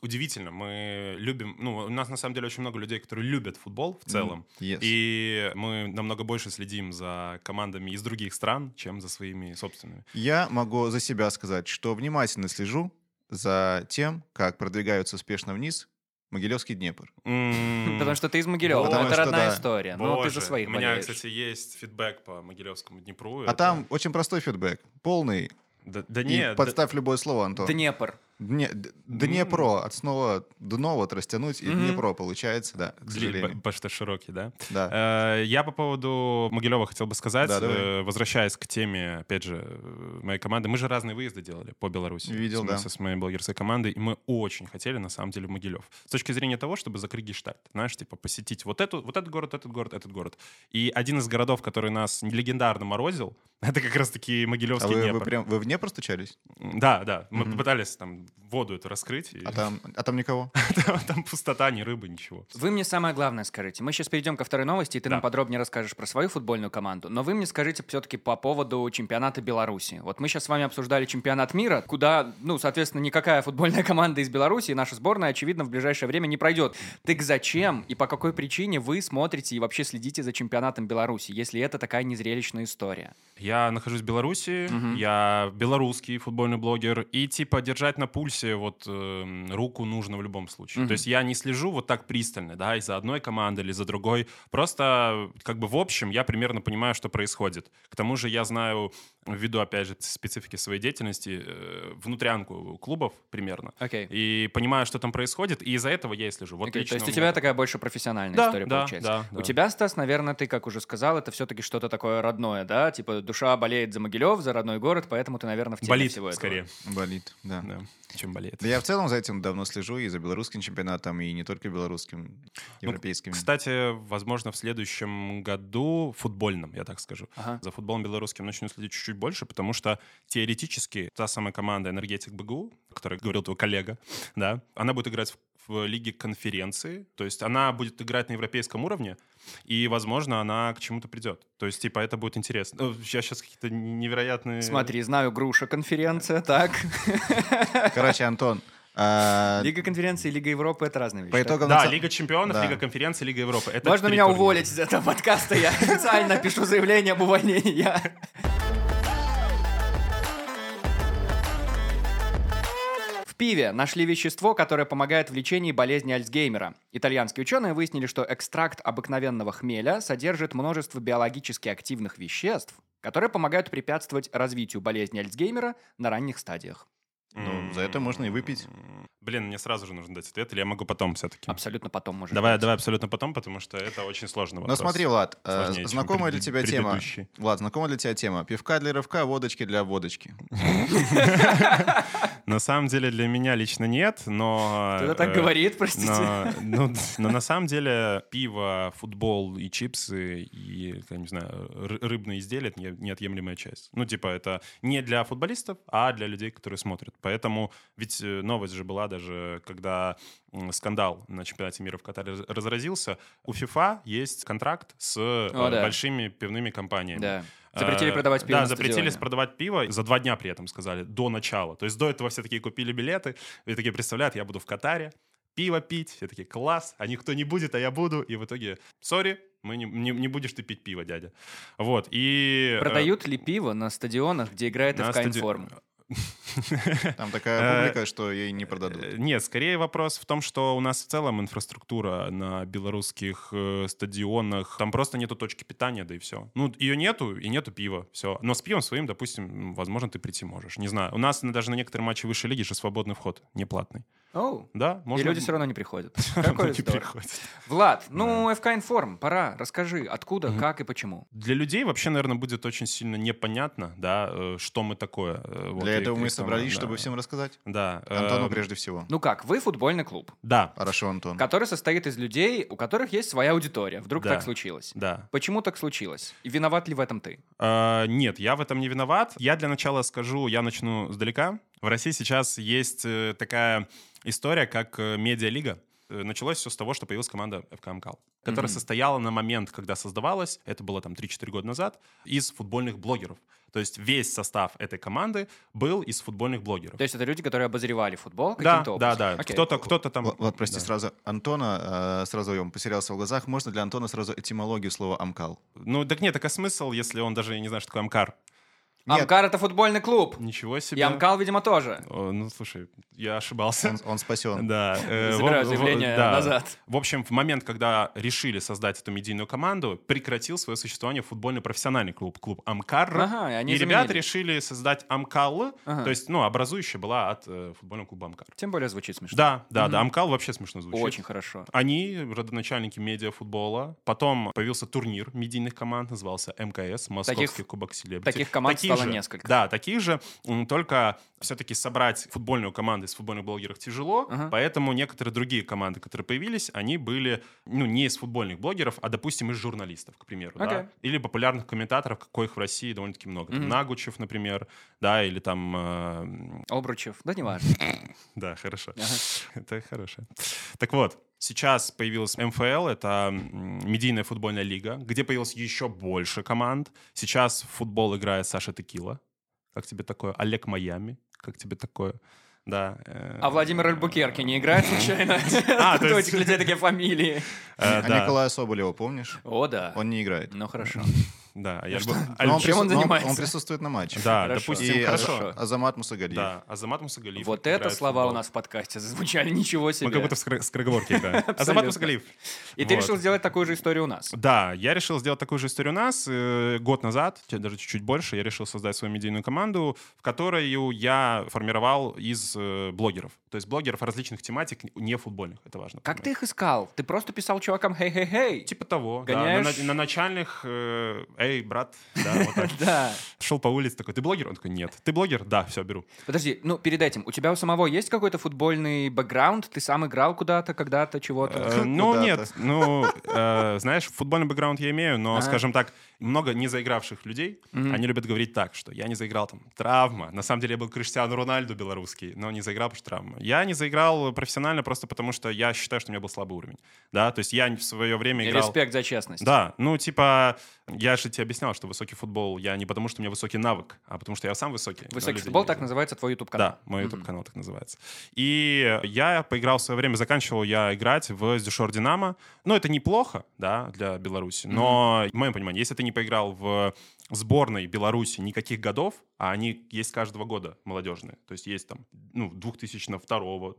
Speaker 1: удивительно. Мы любим... Ну, у нас на самом деле очень много людей, которые любят футбол в целом.
Speaker 3: Yes.
Speaker 1: И мы намного больше следим за командами из других стран, чем за своими собственными.
Speaker 3: Я могу за себя сказать, что внимательно слежу за тем, как продвигаются успешно вниз Могилевский Днепр. [LAUGHS]
Speaker 1: М.
Speaker 2: Потому что ты из Могилева,
Speaker 1: Потому
Speaker 2: это
Speaker 3: что
Speaker 2: родная
Speaker 3: да.
Speaker 2: история. Ну, ты
Speaker 1: Боже,
Speaker 2: за своих
Speaker 1: У меня,
Speaker 2: болеешь.
Speaker 1: кстати, есть фидбэк по Могилевскому Днепру.
Speaker 3: А
Speaker 1: это-
Speaker 3: там очень простой фидбэк, полный.
Speaker 1: Да, да
Speaker 3: И
Speaker 1: не,
Speaker 3: подставь любое слово, Антон.
Speaker 2: Днепр.
Speaker 3: Дне- д- Днепро, от снова дно вот растянуть, и
Speaker 2: Мгм.
Speaker 3: Днепро получается, да, к
Speaker 1: да,
Speaker 3: сожалению.
Speaker 1: потому что широкий, да?
Speaker 3: Да. А
Speaker 1: Э, Я по поводу Могилева хотел бы сказать,
Speaker 3: Да, давай.
Speaker 1: э, возвращаясь к теме, опять же, э, моей команды. Мы же разные выезды делали по Беларуси.
Speaker 3: Видел, да.
Speaker 1: вместе С моей блогерской командой. И мы очень хотели, на самом деле, в Могилев. С точки зрения того, чтобы закрыть гештальт. Знаешь, типа посетить вот, эту, вот этот город, этот город, этот город. И один из городов, который нас легендарно морозил, [LAUGHS] это как раз-таки
Speaker 3: А
Speaker 1: Могилевский
Speaker 3: вы, вы
Speaker 1: Днепр.
Speaker 3: прям вы в Днепр стучались?
Speaker 1: Да, да. Мы
Speaker 3: Мгм.
Speaker 1: попытались там воду эту раскрыть, и
Speaker 3: А там, а там никого?
Speaker 1: [LAUGHS] там, там пустота, ни рыбы, ничего.
Speaker 2: Вы мне самое главное скажите. Мы сейчас перейдем ко второй новости, и ты
Speaker 1: Да.
Speaker 2: нам подробнее расскажешь про свою футбольную команду. Но вы мне скажите все-таки по поводу чемпионата Беларуси. Вот мы сейчас с вами обсуждали чемпионат мира, куда, ну, соответственно, никакая футбольная команда из Беларуси и наша сборная, очевидно, в ближайшее время не пройдет. Так зачем и по какой причине вы смотрите и вообще следите за чемпионатом Беларуси, если это такая незрелищная история?
Speaker 1: Я нахожусь в Беларуси,
Speaker 2: Мгм.
Speaker 1: я белорусский футбольный блогер, и типа держать на пульсе вот эм, руку нужно в любом случае.
Speaker 2: Мгм.
Speaker 1: То есть я не слежу вот так пристально, да, и за одной командой или за другой. Просто как бы в общем я примерно понимаю, что происходит. К тому же я знаю, ввиду опять же специфики своей деятельности, э, внутрянку клубов примерно.
Speaker 2: Окей.
Speaker 1: И понимаю, что там происходит, и из-за этого я и слежу. Вот
Speaker 2: Окей,
Speaker 1: лично
Speaker 2: то есть у
Speaker 1: меня
Speaker 2: тебя
Speaker 1: так.
Speaker 2: такая больше профессиональная
Speaker 1: Да,
Speaker 2: история
Speaker 1: да,
Speaker 2: получается.
Speaker 1: да,
Speaker 2: у
Speaker 1: да.
Speaker 2: тебя, Стас, наверное, ты, как уже сказал, это все-таки что-то такое родное, да? Типа душа болеет за Могилев, за родной город, поэтому ты, наверное, в теме
Speaker 1: болит
Speaker 2: всего этого.
Speaker 1: скорее,
Speaker 3: Болит, да.
Speaker 1: да, чем болеет.
Speaker 3: Да я в целом за этим давно слежу и за белорусским чемпионатом, и не только белорусским,
Speaker 1: Ну, [LAUGHS]
Speaker 3: европейским.
Speaker 1: Кстати, возможно, в следующем году, футбольном, я так скажу,
Speaker 2: Ага.
Speaker 1: за футболом белорусским начну следить чуть-чуть больше, потому что теоретически та самая команда «Энергетик БГУ», о которой говорил твой коллега, да, она будет играть в, в лиге конференции, то есть она будет играть на европейском уровне, и, возможно, она к чему-то придет. То есть, типа, это будет интересно. Ну, Я сейчас какие-то
Speaker 3: Э,
Speaker 1: невероятные...
Speaker 2: Смотри, знаю, груша конференция, так.
Speaker 3: Короче, Антон, а,
Speaker 2: Лига конференции и Лига Европы — это разные вещи.
Speaker 3: по
Speaker 2: так?
Speaker 3: итогам... на
Speaker 1: Да,
Speaker 3: са-
Speaker 1: Лига чемпионов,
Speaker 3: Да.
Speaker 1: Лига конференции, Лига Европы. Это
Speaker 2: Можно
Speaker 1: три
Speaker 2: меня
Speaker 1: турнира.
Speaker 2: уволить из этого подкаста? Я официально пишу заявление об увольнении. Я- В пиве нашли вещество, которое помогает в лечении болезни Альцгеймера. Итальянские ученые выяснили, что экстракт обыкновенного хмеля содержит множество биологически активных веществ, которые помогают препятствовать развитию болезни Альцгеймера на ранних стадиях.
Speaker 3: Ну, за это можно и выпить.
Speaker 1: Блин, мне сразу же нужно дать ответ, или я могу потом все-таки?
Speaker 2: Абсолютно потом можешь.
Speaker 1: Давай,
Speaker 2: дать.
Speaker 1: давай абсолютно потом, потому что это очень сложный
Speaker 3: Но
Speaker 1: вопрос.
Speaker 3: смотри, Влад, э,
Speaker 1: Сложнее, чем
Speaker 3: знакомая для
Speaker 1: преду-
Speaker 3: тебя тема?
Speaker 1: предыдущий.
Speaker 3: Влад, знакомая для тебя тема? Пивка для рывка, водочки для водочки.
Speaker 1: На самом деле для меня лично нет, но...
Speaker 2: Кто-то так
Speaker 1: э,
Speaker 2: говорит, простите.
Speaker 1: Но, ну, [LAUGHS] д- но на самом деле пиво, футбол и чипсы и, я не знаю, ры- рыбные изделия — это не- неотъемлемая часть. Ну, типа, это не для футболистов, а для людей, которые смотрят. Поэтому ведь э, новость же была даже, когда м, скандал на чемпионате мира в Катаре раз- разразился, у ФИФА есть контракт с э,
Speaker 2: О, да.
Speaker 1: большими пивными компаниями. [LAUGHS]
Speaker 2: Да. Запретили
Speaker 1: Э,
Speaker 2: продавать пиво
Speaker 1: Да,
Speaker 2: на
Speaker 1: запретили
Speaker 2: стадионе.
Speaker 1: продавать пиво. За два дня при этом сказали, до начала. То есть до этого все такие купили билеты, и такие представляют, я буду в Катаре, пиво пить. Все такие, класс, а никто не будет, а я буду. И в итоге, сори, мы не, не, не будешь ты пить пиво, дядя. Вот, и... э,
Speaker 2: Продают ли пиво на стадионах, где играет
Speaker 1: на
Speaker 2: FK
Speaker 1: стади-
Speaker 2: Информ?
Speaker 3: Там
Speaker 1: [LAUGHS] Э,
Speaker 3: такая публика, что ей не продадут.
Speaker 1: Э, Нет, скорее вопрос в том, что у нас в целом инфраструктура на белорусских э, стадионах, там просто нету точки питания, да и все. Ну, ее нету, и нету пива, все. Но с пивом своим, допустим, м, возможно, ты прийти можешь. Не знаю. У нас на- даже на некоторые матчи высшей лиги же свободный вход, неплатный.
Speaker 2: Оу.
Speaker 1: Да,
Speaker 2: И
Speaker 1: можно...
Speaker 2: люди все равно
Speaker 1: [LAUGHS]
Speaker 2: не приходят.
Speaker 1: Равно
Speaker 2: Какой
Speaker 1: не
Speaker 2: здорово.
Speaker 1: приходят.
Speaker 2: Влад, ну, FK Информ, пора, расскажи, откуда, как и почему.
Speaker 1: Для людей вообще, наверное, будет очень сильно непонятно, да, э, что мы такое. э, вот,
Speaker 3: Для
Speaker 1: и-
Speaker 3: этого
Speaker 1: и
Speaker 3: мы и
Speaker 1: самое,
Speaker 3: собрались,
Speaker 1: да.
Speaker 3: чтобы всем рассказать.
Speaker 1: Да. э,
Speaker 3: Антону прежде всего.
Speaker 2: Ну как, вы футбольный клуб,
Speaker 1: Да,
Speaker 3: Хорошо, Антон.
Speaker 2: который состоит из людей, у которых есть своя аудитория. Вдруг
Speaker 1: Да.
Speaker 2: так случилось.
Speaker 1: да.
Speaker 2: Почему так случилось? И виноват ли в этом ты?
Speaker 1: Э, Нет, я в этом не виноват. Я для начала скажу, я начну сдалека. В России сейчас есть э, такая история, как э, медиалига. Э, Началось все с того, что появилась команда ФК «Амкал», которая
Speaker 2: Мгм.
Speaker 1: состояла на момент, когда создавалась, это было там 3-4 года назад, из футбольных блогеров. То есть весь состав этой команды был из футбольных блогеров.
Speaker 2: То есть это люди, которые обозревали футбол
Speaker 1: Да,
Speaker 2: каким-то
Speaker 1: да,
Speaker 2: образом?
Speaker 1: да.
Speaker 2: Окей.
Speaker 1: Кто-то, кто-то там...
Speaker 3: Л- Влад, прости,
Speaker 1: Да.
Speaker 3: сразу Антона, э, сразу я потерялся в глазах. Можно для Антона сразу этимологию слова «амкал»?
Speaker 1: Ну, так нет, так а смысл, если он даже не знает, что такое «Амкар»?
Speaker 3: Нет.
Speaker 2: Амкар — это футбольный клуб.
Speaker 1: Ничего себе.
Speaker 2: И Амкал, видимо, тоже.
Speaker 1: О, ну, слушай, я ошибался. [LAUGHS]
Speaker 3: Он, он спасен.
Speaker 1: Да. э,
Speaker 2: [LAUGHS] Забираю
Speaker 1: во-
Speaker 2: заявление
Speaker 1: во- да.
Speaker 2: назад.
Speaker 1: В общем, в момент, когда решили создать эту медийную команду, прекратил свое существование футбольный профессиональный клуб, клуб Амкар.
Speaker 2: Ага, и они
Speaker 1: и ребята
Speaker 2: заменили.
Speaker 1: решили создать Амкал,
Speaker 2: Ага.
Speaker 1: то есть, ну, образующая была от э, футбольного клуба Амкар.
Speaker 2: Тем более звучит смешно.
Speaker 1: Да, да,
Speaker 2: Мгм.
Speaker 1: да, Амкал вообще смешно звучит.
Speaker 2: Очень хорошо.
Speaker 1: Типа, Они родоначальники медиафутбола. Потом появился турнир медийных команд, назывался МКС, Московский
Speaker 2: Таких-
Speaker 1: Кубок Селебрити.
Speaker 2: таких команд
Speaker 1: Такие
Speaker 2: стало
Speaker 1: же,
Speaker 2: несколько.
Speaker 1: Да, таких же. М, Только все-таки собрать футбольную команду из футбольных блогеров тяжело,
Speaker 2: Ага.
Speaker 1: поэтому некоторые другие команды, которые появились, они были, ну, не из футбольных блогеров, а, допустим, из журналистов, к примеру, да.
Speaker 2: Окей.
Speaker 1: Или популярных комментаторов, коих в России довольно-таки много. Там
Speaker 2: Мгм.
Speaker 1: Нагучев, например, да, или там... э,
Speaker 2: Обручев, да неважно.
Speaker 1: да, хорошо.
Speaker 2: Ага.
Speaker 1: [LAUGHS] Это хорошо. Так вот, сейчас появилась МФЛ, это м, медийная футбольная лига, где появилось еще больше команд. Сейчас в футбол играет Саша Текила. Как тебе такое? Олег Майами. Как тебе такое? Да. э,
Speaker 2: А Владимир Альбукерки не играет [LAUGHS] случайно?
Speaker 1: А, то
Speaker 2: Кто
Speaker 1: есть-
Speaker 2: этих людей такие фамилии?
Speaker 1: э,
Speaker 3: а
Speaker 1: да,
Speaker 3: Николая Соболева, помнишь?
Speaker 2: [LAUGHS] О, да.
Speaker 3: Он не играет.
Speaker 2: Ну хорошо.
Speaker 1: Да, я
Speaker 2: Ну что?
Speaker 1: бы-
Speaker 3: Но
Speaker 1: Альб-
Speaker 2: Чем он
Speaker 3: прису- но
Speaker 2: занимается?
Speaker 3: Он присутствует на матче. А
Speaker 1: Да,
Speaker 2: Хорошо.
Speaker 1: допустим,
Speaker 3: И
Speaker 1: хорошо.
Speaker 2: Хорошо.
Speaker 3: Аз- Азамат Мусагалиев.
Speaker 1: Да, Азамат Мусагалиев.
Speaker 2: Вот
Speaker 1: играет
Speaker 2: это
Speaker 1: в
Speaker 2: слова
Speaker 1: футбол.
Speaker 2: у нас в подкасте зазвучали, [LAUGHS] ничего себе.
Speaker 1: Мы как будто в скор- скороговорке
Speaker 2: [LAUGHS]
Speaker 1: играем. Азамат
Speaker 2: Абсолютно.
Speaker 1: Мусагалиев.
Speaker 2: И ты
Speaker 1: Вот.
Speaker 2: решил сделать такую же историю у нас.
Speaker 1: Да, я решил сделать такую же историю у нас. Э, Год назад, те- даже чуть-чуть больше, я решил создать свою медийную команду, в которую я формировал из э, блогеров. То есть блогеров различных тематик, не футбольных, это важно.
Speaker 2: Как
Speaker 1: понимать.
Speaker 2: ты их искал? Ты просто писал чувакам «Хей-хей-хей».
Speaker 1: Типа того. да. на,
Speaker 2: Гоняешь?
Speaker 1: на- на начальных... э, Эй, брат. Да, вот так.
Speaker 2: [LAUGHS]
Speaker 1: [LAUGHS]
Speaker 2: Да.
Speaker 1: Шел по улице такой, ты блогер? Он такой, нет. Ты блогер? Да, все, беру.
Speaker 2: Подожди, ну перед этим, у тебя у самого есть какой-то футбольный бэкграунд? Ты сам играл куда-то, когда-то, чего-то?
Speaker 1: Э, Ну,
Speaker 3: Куда-то.
Speaker 1: нет, ну, э, знаешь, футбольный бэкграунд я имею, но,
Speaker 2: Ага.
Speaker 1: скажем так, много не заигравших людей,
Speaker 2: Мгм.
Speaker 1: они любят говорить так, что я не заиграл там, травма. На самом деле я был Криштиану Рональду белорусский, но не заиграл, потому что травма. Я не заиграл профессионально просто потому, что я считаю, что у меня был слабый уровень, да, то есть я в свое время играл...
Speaker 2: Респект за честность.
Speaker 1: Да, ну типа, я же тебе объяснял, что высокий футбол я не потому, что у меня высокий навык, а потому что я сам высокий. но
Speaker 2: Высокий
Speaker 1: люди
Speaker 2: футбол,
Speaker 1: не
Speaker 2: так
Speaker 1: видят.
Speaker 2: называется твой YouTube-канал.
Speaker 1: Да, мой YouTube-канал так называется. И я поиграл в свое время, заканчивал я играть в Дюшор Динамо. Ну, это неплохо, да, для Беларуси, но, в моем понимании, если ты не поиграл в сборной Беларуси никаких годов, а они есть каждого года молодежные. То есть есть там ну, 2002,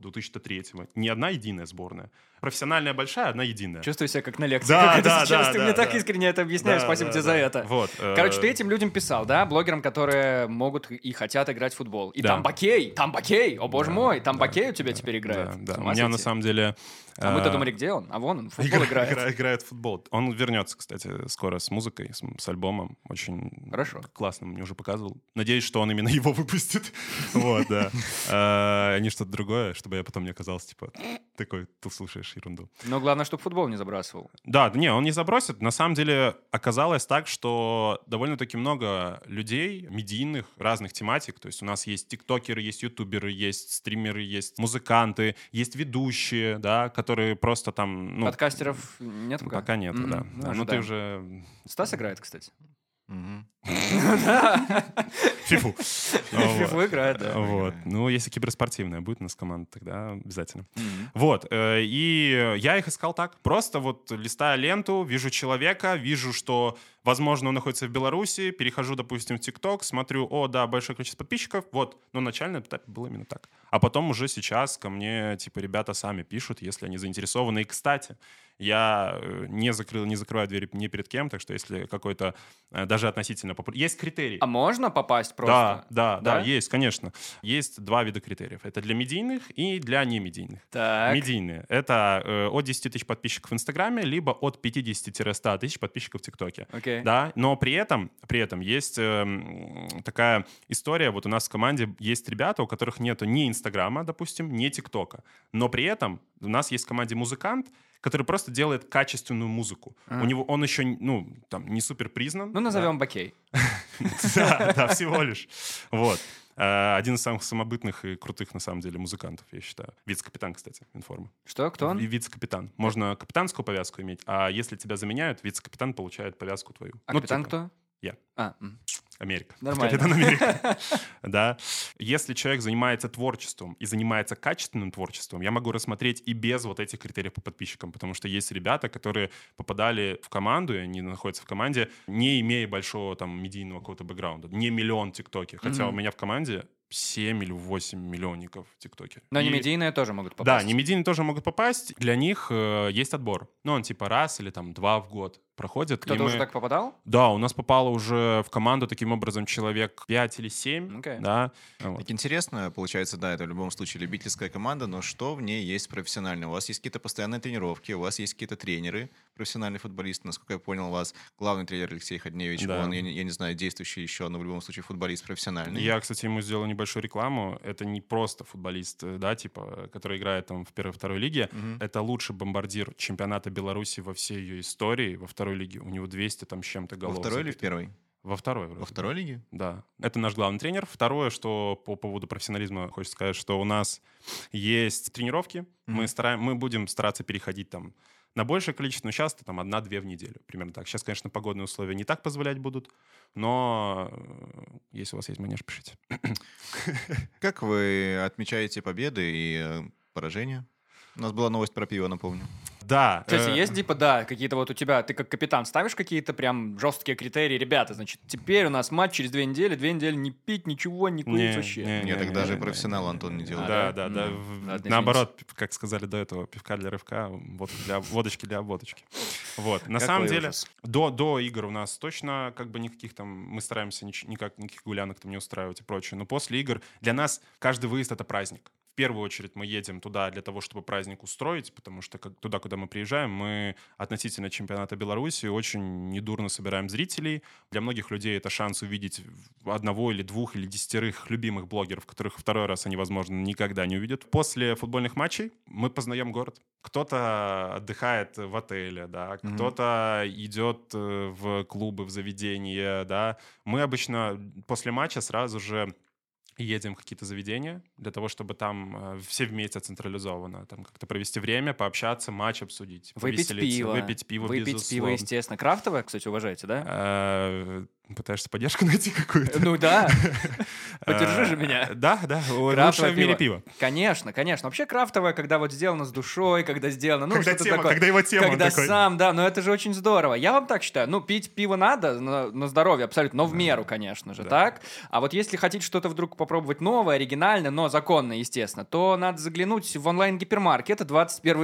Speaker 1: 2003, не одна единая сборная. Профессиональная большая, одна единая.
Speaker 2: Чувствую себя [LAUGHS] как на лекции.
Speaker 1: Да,
Speaker 2: какой-то
Speaker 1: да,
Speaker 2: сейчас
Speaker 1: да,
Speaker 2: ты
Speaker 1: да,
Speaker 2: мне так
Speaker 1: да.
Speaker 2: искренне это объясняешь.
Speaker 1: Да,
Speaker 2: Спасибо
Speaker 1: да,
Speaker 2: тебе за
Speaker 1: да.
Speaker 2: это.
Speaker 1: Вот, э,
Speaker 2: Короче, ты этим людям писал, да? Блогерам, которые могут и хотят играть в футбол. И
Speaker 1: Да.
Speaker 2: там бакей, там бакей, о боже
Speaker 1: Да,
Speaker 2: мой, там
Speaker 1: да,
Speaker 2: бакей у тебя
Speaker 1: да,
Speaker 2: теперь играет.
Speaker 1: Да, да.
Speaker 2: С ума
Speaker 1: У меня на
Speaker 2: сойти.
Speaker 1: самом деле...
Speaker 2: А мы-то
Speaker 1: э,
Speaker 2: думали, где он? А вон он, в футбол
Speaker 1: игра-
Speaker 2: играет.
Speaker 1: игра- Играет в футбол. Он вернется, кстати, скоро с музыкой, с, с альбомом. Очень
Speaker 2: Хорошо.
Speaker 1: классно, мне уже показывал. Надеюсь, что он именно его
Speaker 2: [LAUGHS]
Speaker 1: выпустит. Вот, да. Э, А не что-то другое, чтобы я потом не оказался, типа, такой, ты слушаешь ерунду.
Speaker 2: Но главное, чтобы футбол не забрасывал.
Speaker 1: Да, да не, он не забросит. На самом деле оказалось так, что довольно-таки много людей, медийных, разных тематик. То есть у нас есть тиктокеры, есть ютуберы, есть стримеры, есть музыканты, есть ведущие, да, которые просто там... Ну,
Speaker 2: Подкастеров нет пока?
Speaker 1: Пока нет,
Speaker 2: Мгм.
Speaker 1: да.
Speaker 2: Ну,
Speaker 1: Да, Ну, ты
Speaker 2: ожидаем. [LAUGHS]
Speaker 1: уже...
Speaker 2: Стас играет, кстати.
Speaker 1: [LAUGHS]
Speaker 3: Мгм.
Speaker 1: Фифу.
Speaker 2: [LAUGHS] Фифу играет, да.
Speaker 1: Ну Вот. Ну, если киберспортивная будет у нас команда, тогда обязательно.
Speaker 2: М-м.
Speaker 1: Вот. э, И я их искал так. Просто вот листая ленту, вижу человека, вижу, что, возможно, он находится в Беларуси, перехожу, допустим, в ТикТок, смотрю, о, да, большое количество подписчиков. Вот. Но на начальном этапе было именно так. А потом уже сейчас ко мне, типа, ребята сами пишут, если они заинтересованы. И, кстати, я э, не закрыл, не закрываю двери ни перед кем, так что если какой-то э, даже относительно... попу- Есть критерий.
Speaker 2: А можно попасть просто?
Speaker 1: Да, да, да,
Speaker 2: Да?
Speaker 1: есть, конечно. Есть два вида критериев. Это для медийных и для немедийных.
Speaker 2: Так.
Speaker 1: Медийные. Это э, от 10 тысяч подписчиков в Инстаграме, либо от 50-100 тысяч подписчиков в ТикТоке.
Speaker 2: Окей.
Speaker 1: Да, но при этом, при этом есть эм, такая история, вот у нас в команде есть ребята, у которых нету ни Инстаграма, допустим, ни ТикТока, но при этом у нас есть в команде музыкант, который просто делает качественную музыку.
Speaker 2: А.
Speaker 1: У него он еще, ну, там, не супер признан.
Speaker 2: Ну, назовем Бакей.
Speaker 1: Да, [LAUGHS] да, всего лишь. Вот. Э, Один из самых самобытных и крутых, на самом деле, музыкантов, я считаю. Вице-капитан, кстати, информа.
Speaker 2: Что, кто
Speaker 1: Ви- ну,
Speaker 2: он?
Speaker 1: Вице-капитан. Можно капитанскую повязку иметь, а если тебя заменяют, вице-капитан получает повязку твою.
Speaker 2: А
Speaker 1: Ну,
Speaker 2: капитан
Speaker 1: типа,
Speaker 2: кто?
Speaker 1: я.
Speaker 2: А, м.
Speaker 1: Америка.
Speaker 2: Нормально.
Speaker 1: Капитан
Speaker 2: [LAUGHS]
Speaker 1: Америка. Да. Если человек занимается творчеством и занимается качественным творчеством, я могу рассмотреть и без вот этих критериев по подписчикам, потому что есть ребята, которые попадали в команду, и они находятся в команде, не имея большого там медийного какого-то бэкграунда, не миллион в ТикТоке, хотя у
Speaker 2: Мгм.
Speaker 1: меня в команде 7 или 8 миллионников в ТикТоке.
Speaker 2: Но
Speaker 1: И-
Speaker 2: не медийные тоже могут
Speaker 1: Да,
Speaker 2: попасть.
Speaker 1: не медийные тоже могут попасть. Для них э, есть отбор. Ну, он типа раз или там два в год проходит. и
Speaker 2: Кто-то уже
Speaker 1: мы-
Speaker 2: так попадал?
Speaker 1: да, у нас попало уже в команду таким образом человек 5 или 7.
Speaker 2: Окей.
Speaker 1: Да. Вот.
Speaker 3: Так интересно, получается, да, это в любом случае любительская команда, но что в ней есть профессиональное? У вас есть какие-то постоянные тренировки, у вас есть какие-то тренеры, профессиональные футболисты, насколько я понял, у вас главный тренер Алексей Ходневич,
Speaker 1: Да.
Speaker 3: он, я, не- я не знаю, действующий еще, но в любом случае футболист профессиональный.
Speaker 1: Я, кстати, ему сделал небольшую рекламу. Это не просто футболист, э, да, типа, э, который играет там в первой второй лиге.
Speaker 3: Мгм.
Speaker 1: Это лучший бомбардир чемпионата Беларуси во всей ее истории во второй лиге. У него 200 там с чем-то
Speaker 3: Во
Speaker 1: голов.
Speaker 3: второй или в
Speaker 1: забито.
Speaker 3: первой?
Speaker 1: Во второй. вроде.
Speaker 3: Во второй лиге?
Speaker 1: Да. Это наш главный тренер. Второе, что по поводу профессионализма хочется сказать, что у нас есть тренировки. Мы,
Speaker 3: Мгм.
Speaker 1: стараем, мы будем стараться переходить там на большее количество, но сейчас это там одна-две в неделю, примерно так. Сейчас, конечно, погодные условия не так позволять будут, но э, если у вас есть манеж, пишите.
Speaker 3: Как вы отмечаете победы и э, поражения? У нас была новость про пиво, напомню.
Speaker 1: Да.
Speaker 2: Кстати,
Speaker 1: э,
Speaker 2: есть типа, да, какие-то вот у тебя, ты как капитан ставишь какие-то прям жесткие критерии, ребята, значит, теперь у нас матч через две недели, две недели не пить, ничего, не курить
Speaker 1: не,
Speaker 2: вообще.
Speaker 1: не,
Speaker 3: Не,
Speaker 1: не,
Speaker 3: так
Speaker 1: не,
Speaker 3: даже
Speaker 1: не, не,
Speaker 3: профессионал
Speaker 1: не,
Speaker 3: Антон не делает.
Speaker 1: Да,
Speaker 2: А,
Speaker 1: да,
Speaker 2: да?
Speaker 1: да.
Speaker 2: Мгм.
Speaker 1: в-
Speaker 2: Ладно, извините.
Speaker 1: Наоборот, п- как сказали до этого, пивка для рывка, водка для, водочки для водочки. Вот. На
Speaker 2: Какой
Speaker 1: самом деле,
Speaker 2: ужас.
Speaker 1: До, до игр у нас точно как бы никаких там, мы стараемся нич- никак, никаких гулянок там не устраивать и прочее. Но после игр для нас каждый выезд — это праздник. В первую очередь мы едем туда для того, чтобы праздник устроить, потому что как- туда, куда мы приезжаем, мы относительно чемпионата Беларуси очень недурно собираем зрителей. Для многих людей это шанс увидеть в- одного или двух или десятерых любимых блогеров, которых второй раз они, возможно, никогда не увидят. После футбольных матчей мы познаем город. Кто-то отдыхает в отеле, да,
Speaker 3: Мгм.
Speaker 1: кто-то идет э, в клубы, в заведения, да. Мы обычно после матча сразу же едем в какие-то заведения для того, чтобы там э, все вместе централизованно там как-то провести время, пообщаться, матч обсудить,
Speaker 2: Выпить
Speaker 1: повеселиться,
Speaker 2: пиво.
Speaker 1: выпить пиво,
Speaker 2: Выпить пиво,
Speaker 1: безусловно. [LAUGHS]
Speaker 2: естественно. Крафтовое, кстати, уважаете, да?
Speaker 1: Э, Пытаешься поддержку [LAUGHS] найти какую-то?
Speaker 2: Ну да, [LAUGHS] поддержи же меня.
Speaker 1: Э, Да, да, лучшее
Speaker 2: Крафтовое
Speaker 1: в мире пиво.
Speaker 2: Конечно, конечно. Вообще крафтовое, когда вот сделано с душой, когда сделано, ну
Speaker 1: Когда
Speaker 2: что-то
Speaker 1: тема,
Speaker 2: такое.
Speaker 1: когда его тема
Speaker 2: Когда
Speaker 1: такой.
Speaker 2: сам, да, но это же очень здорово. Я вам так считаю. Ну, пить пиво надо на, на здоровье абсолютно, но в меру, конечно же,
Speaker 1: Да.
Speaker 2: так? А вот если хотите что-то вдруг попробовать новое, оригинальное, но законное, естественно, то надо заглянуть в онлайн-гипермаркет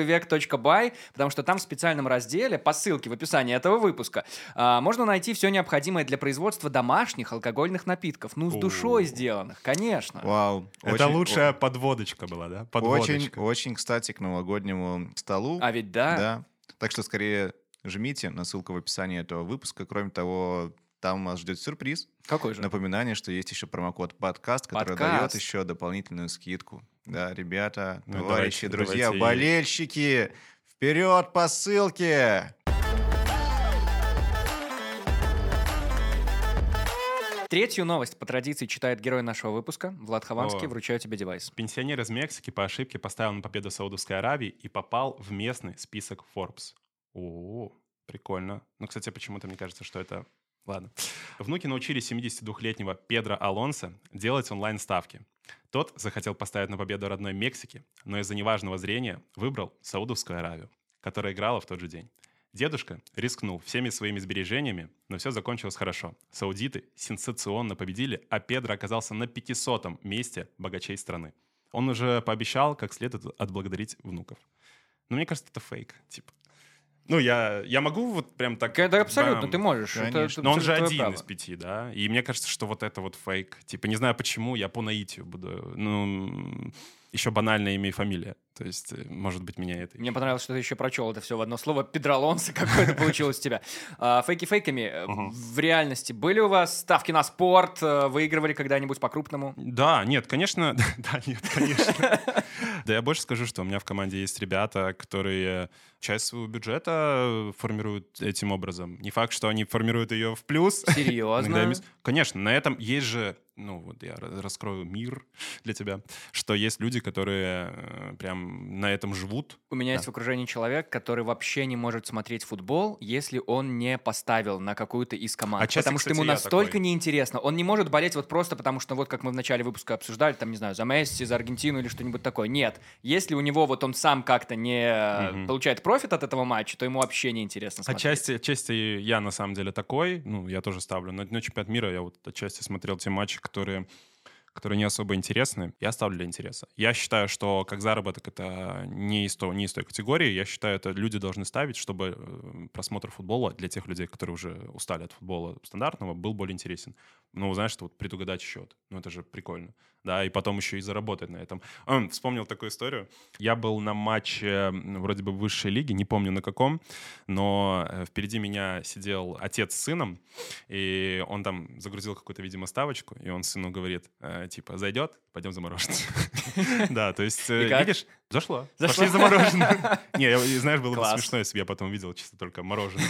Speaker 2: 21век.бай, потому что там в специальном разделе по ссылке в описании этого выпуска а, можно найти все необходимое для производства домашних алкогольных напитков. Ну, с
Speaker 1: О.
Speaker 2: душой сделанных, конечно.
Speaker 3: А, Вау.
Speaker 1: Это
Speaker 3: Очень-
Speaker 1: лучшая подводочка была, да?
Speaker 3: Очень,
Speaker 1: Подводочка.
Speaker 3: очень, кстати, к новогоднему столу.
Speaker 2: А ведь да.
Speaker 3: Да. Так что скорее жмите на ссылку в описании этого выпуска. Кроме того, там вас ждет сюрприз.
Speaker 2: Какой же?
Speaker 3: Напоминание, что есть еще промокод подкаст, который
Speaker 2: Подкаст.
Speaker 3: дает еще дополнительную скидку. Да, ребята,
Speaker 1: Ну,
Speaker 3: товарищи,
Speaker 1: давайте,
Speaker 3: друзья,
Speaker 1: давайте.
Speaker 3: болельщики, вперед по ссылке!
Speaker 2: Третью новость по традиции читает герой нашего выпуска. Влад Хованский,
Speaker 1: О.
Speaker 2: вручаю тебе девайс.
Speaker 1: Пенсионер из Мексики по ошибке поставил на победу Саудовской Аравии и попал в местный список Forbes. О, прикольно. Ну, кстати, почему-то мне кажется, что это... Ладно. Внуки научили 72-летнего Педро Алонса делать онлайн-ставки. Тот захотел поставить на победу родной Мексики, но из-за неважного зрения выбрал Саудовскую Аравию, которая играла в тот же день. Дедушка рискнул всеми своими сбережениями, но все закончилось хорошо. Саудиты сенсационно победили, а Педро оказался на 500-м месте богачей страны. Он уже пообещал, как следует отблагодарить внуков. Но мне кажется, это фейк, типа. Ну, я, я могу вот прям так...
Speaker 2: Так, Да, абсолютно,
Speaker 1: бам.
Speaker 2: ты можешь. это-
Speaker 3: конечно.
Speaker 2: это
Speaker 1: Но он же
Speaker 2: абсолютно
Speaker 1: один
Speaker 2: твоё
Speaker 1: из
Speaker 2: право.
Speaker 1: пяти, да? И мне кажется, что вот это вот фейк. Типа, не знаю почему, я по наитию буду... Ну, м, еще банальное имя и фамилия. То есть, э, может быть, меня это...
Speaker 2: Мне понравилось, что ты еще прочел это все в одно слово. [LAUGHS] Педралонса какое-то получилось у тебя. А, Фейки фейками. Э,
Speaker 1: Мгм.
Speaker 2: В реальности были у вас ставки на спорт? э, Выигрывали когда-нибудь по-крупному?
Speaker 1: Да, нет, конечно, [LAUGHS] да, нет, конечно. Да я больше скажу, что у меня в команде есть ребята, которые часть своего бюджета формируют этим образом. Не факт, что они формируют ее в плюс. [LAUGHS] Иногда
Speaker 2: Серьезно?
Speaker 1: мисс- Конечно, на этом есть же, ну вот я ра- раскрою мир для тебя, что есть люди, которые э, прям на этом живут.
Speaker 2: У меня есть в окружении человек, который вообще не может смотреть футбол, если он не поставил на какую-то из команд.
Speaker 1: А Челси,
Speaker 2: потому что
Speaker 1: кстати,
Speaker 2: ему
Speaker 1: я
Speaker 2: настолько
Speaker 1: такой.
Speaker 2: неинтересно. Он не может болеть вот просто потому, что вот как мы в начале выпуска обсуждали, там, не знаю, за Месси, за Аргентину или что-нибудь такое. Нет. Если у него вот он сам как-то не
Speaker 1: Мгм. А
Speaker 2: получает профит от этого матча, то ему вообще не интересно смотреть.
Speaker 1: Отчасти, отчасти я на самом деле такой, ну я тоже ставлю. На, на чемпионат мира я вот отчасти смотрел те матчи, которые которые не особо интересны, я ставлю для интереса. Я считаю, что как заработок это не из, то- не из той категории. Я считаю, это люди должны ставить, чтобы э, просмотр футбола для тех людей, которые уже устали от футбола стандартного, был более интересен. Ну, знаешь, что вот предугадать счет. Ну, это же прикольно. Да, и потом еще и заработать на этом. Ам, вспомнил такую историю. Я был на матче м, вроде бы высшей лиги, не помню на каком, но э, впереди меня сидел отец с сыном, и он там загрузил какую-то, видимо, ставочку, и он сыну говорит, э, типа, зайдет, пойдем замороженное. [LAUGHS]
Speaker 2: [LAUGHS]
Speaker 1: Да, то есть,
Speaker 2: И
Speaker 1: э,
Speaker 2: как?
Speaker 1: видишь, зашло.
Speaker 2: Зашло?
Speaker 1: Пошли
Speaker 2: [LAUGHS]
Speaker 1: замороженное. Не, я- и знаешь, было бы
Speaker 2: Класс.
Speaker 1: смешно, если бы я потом видел чисто только
Speaker 2: [LAUGHS]
Speaker 1: мороженое.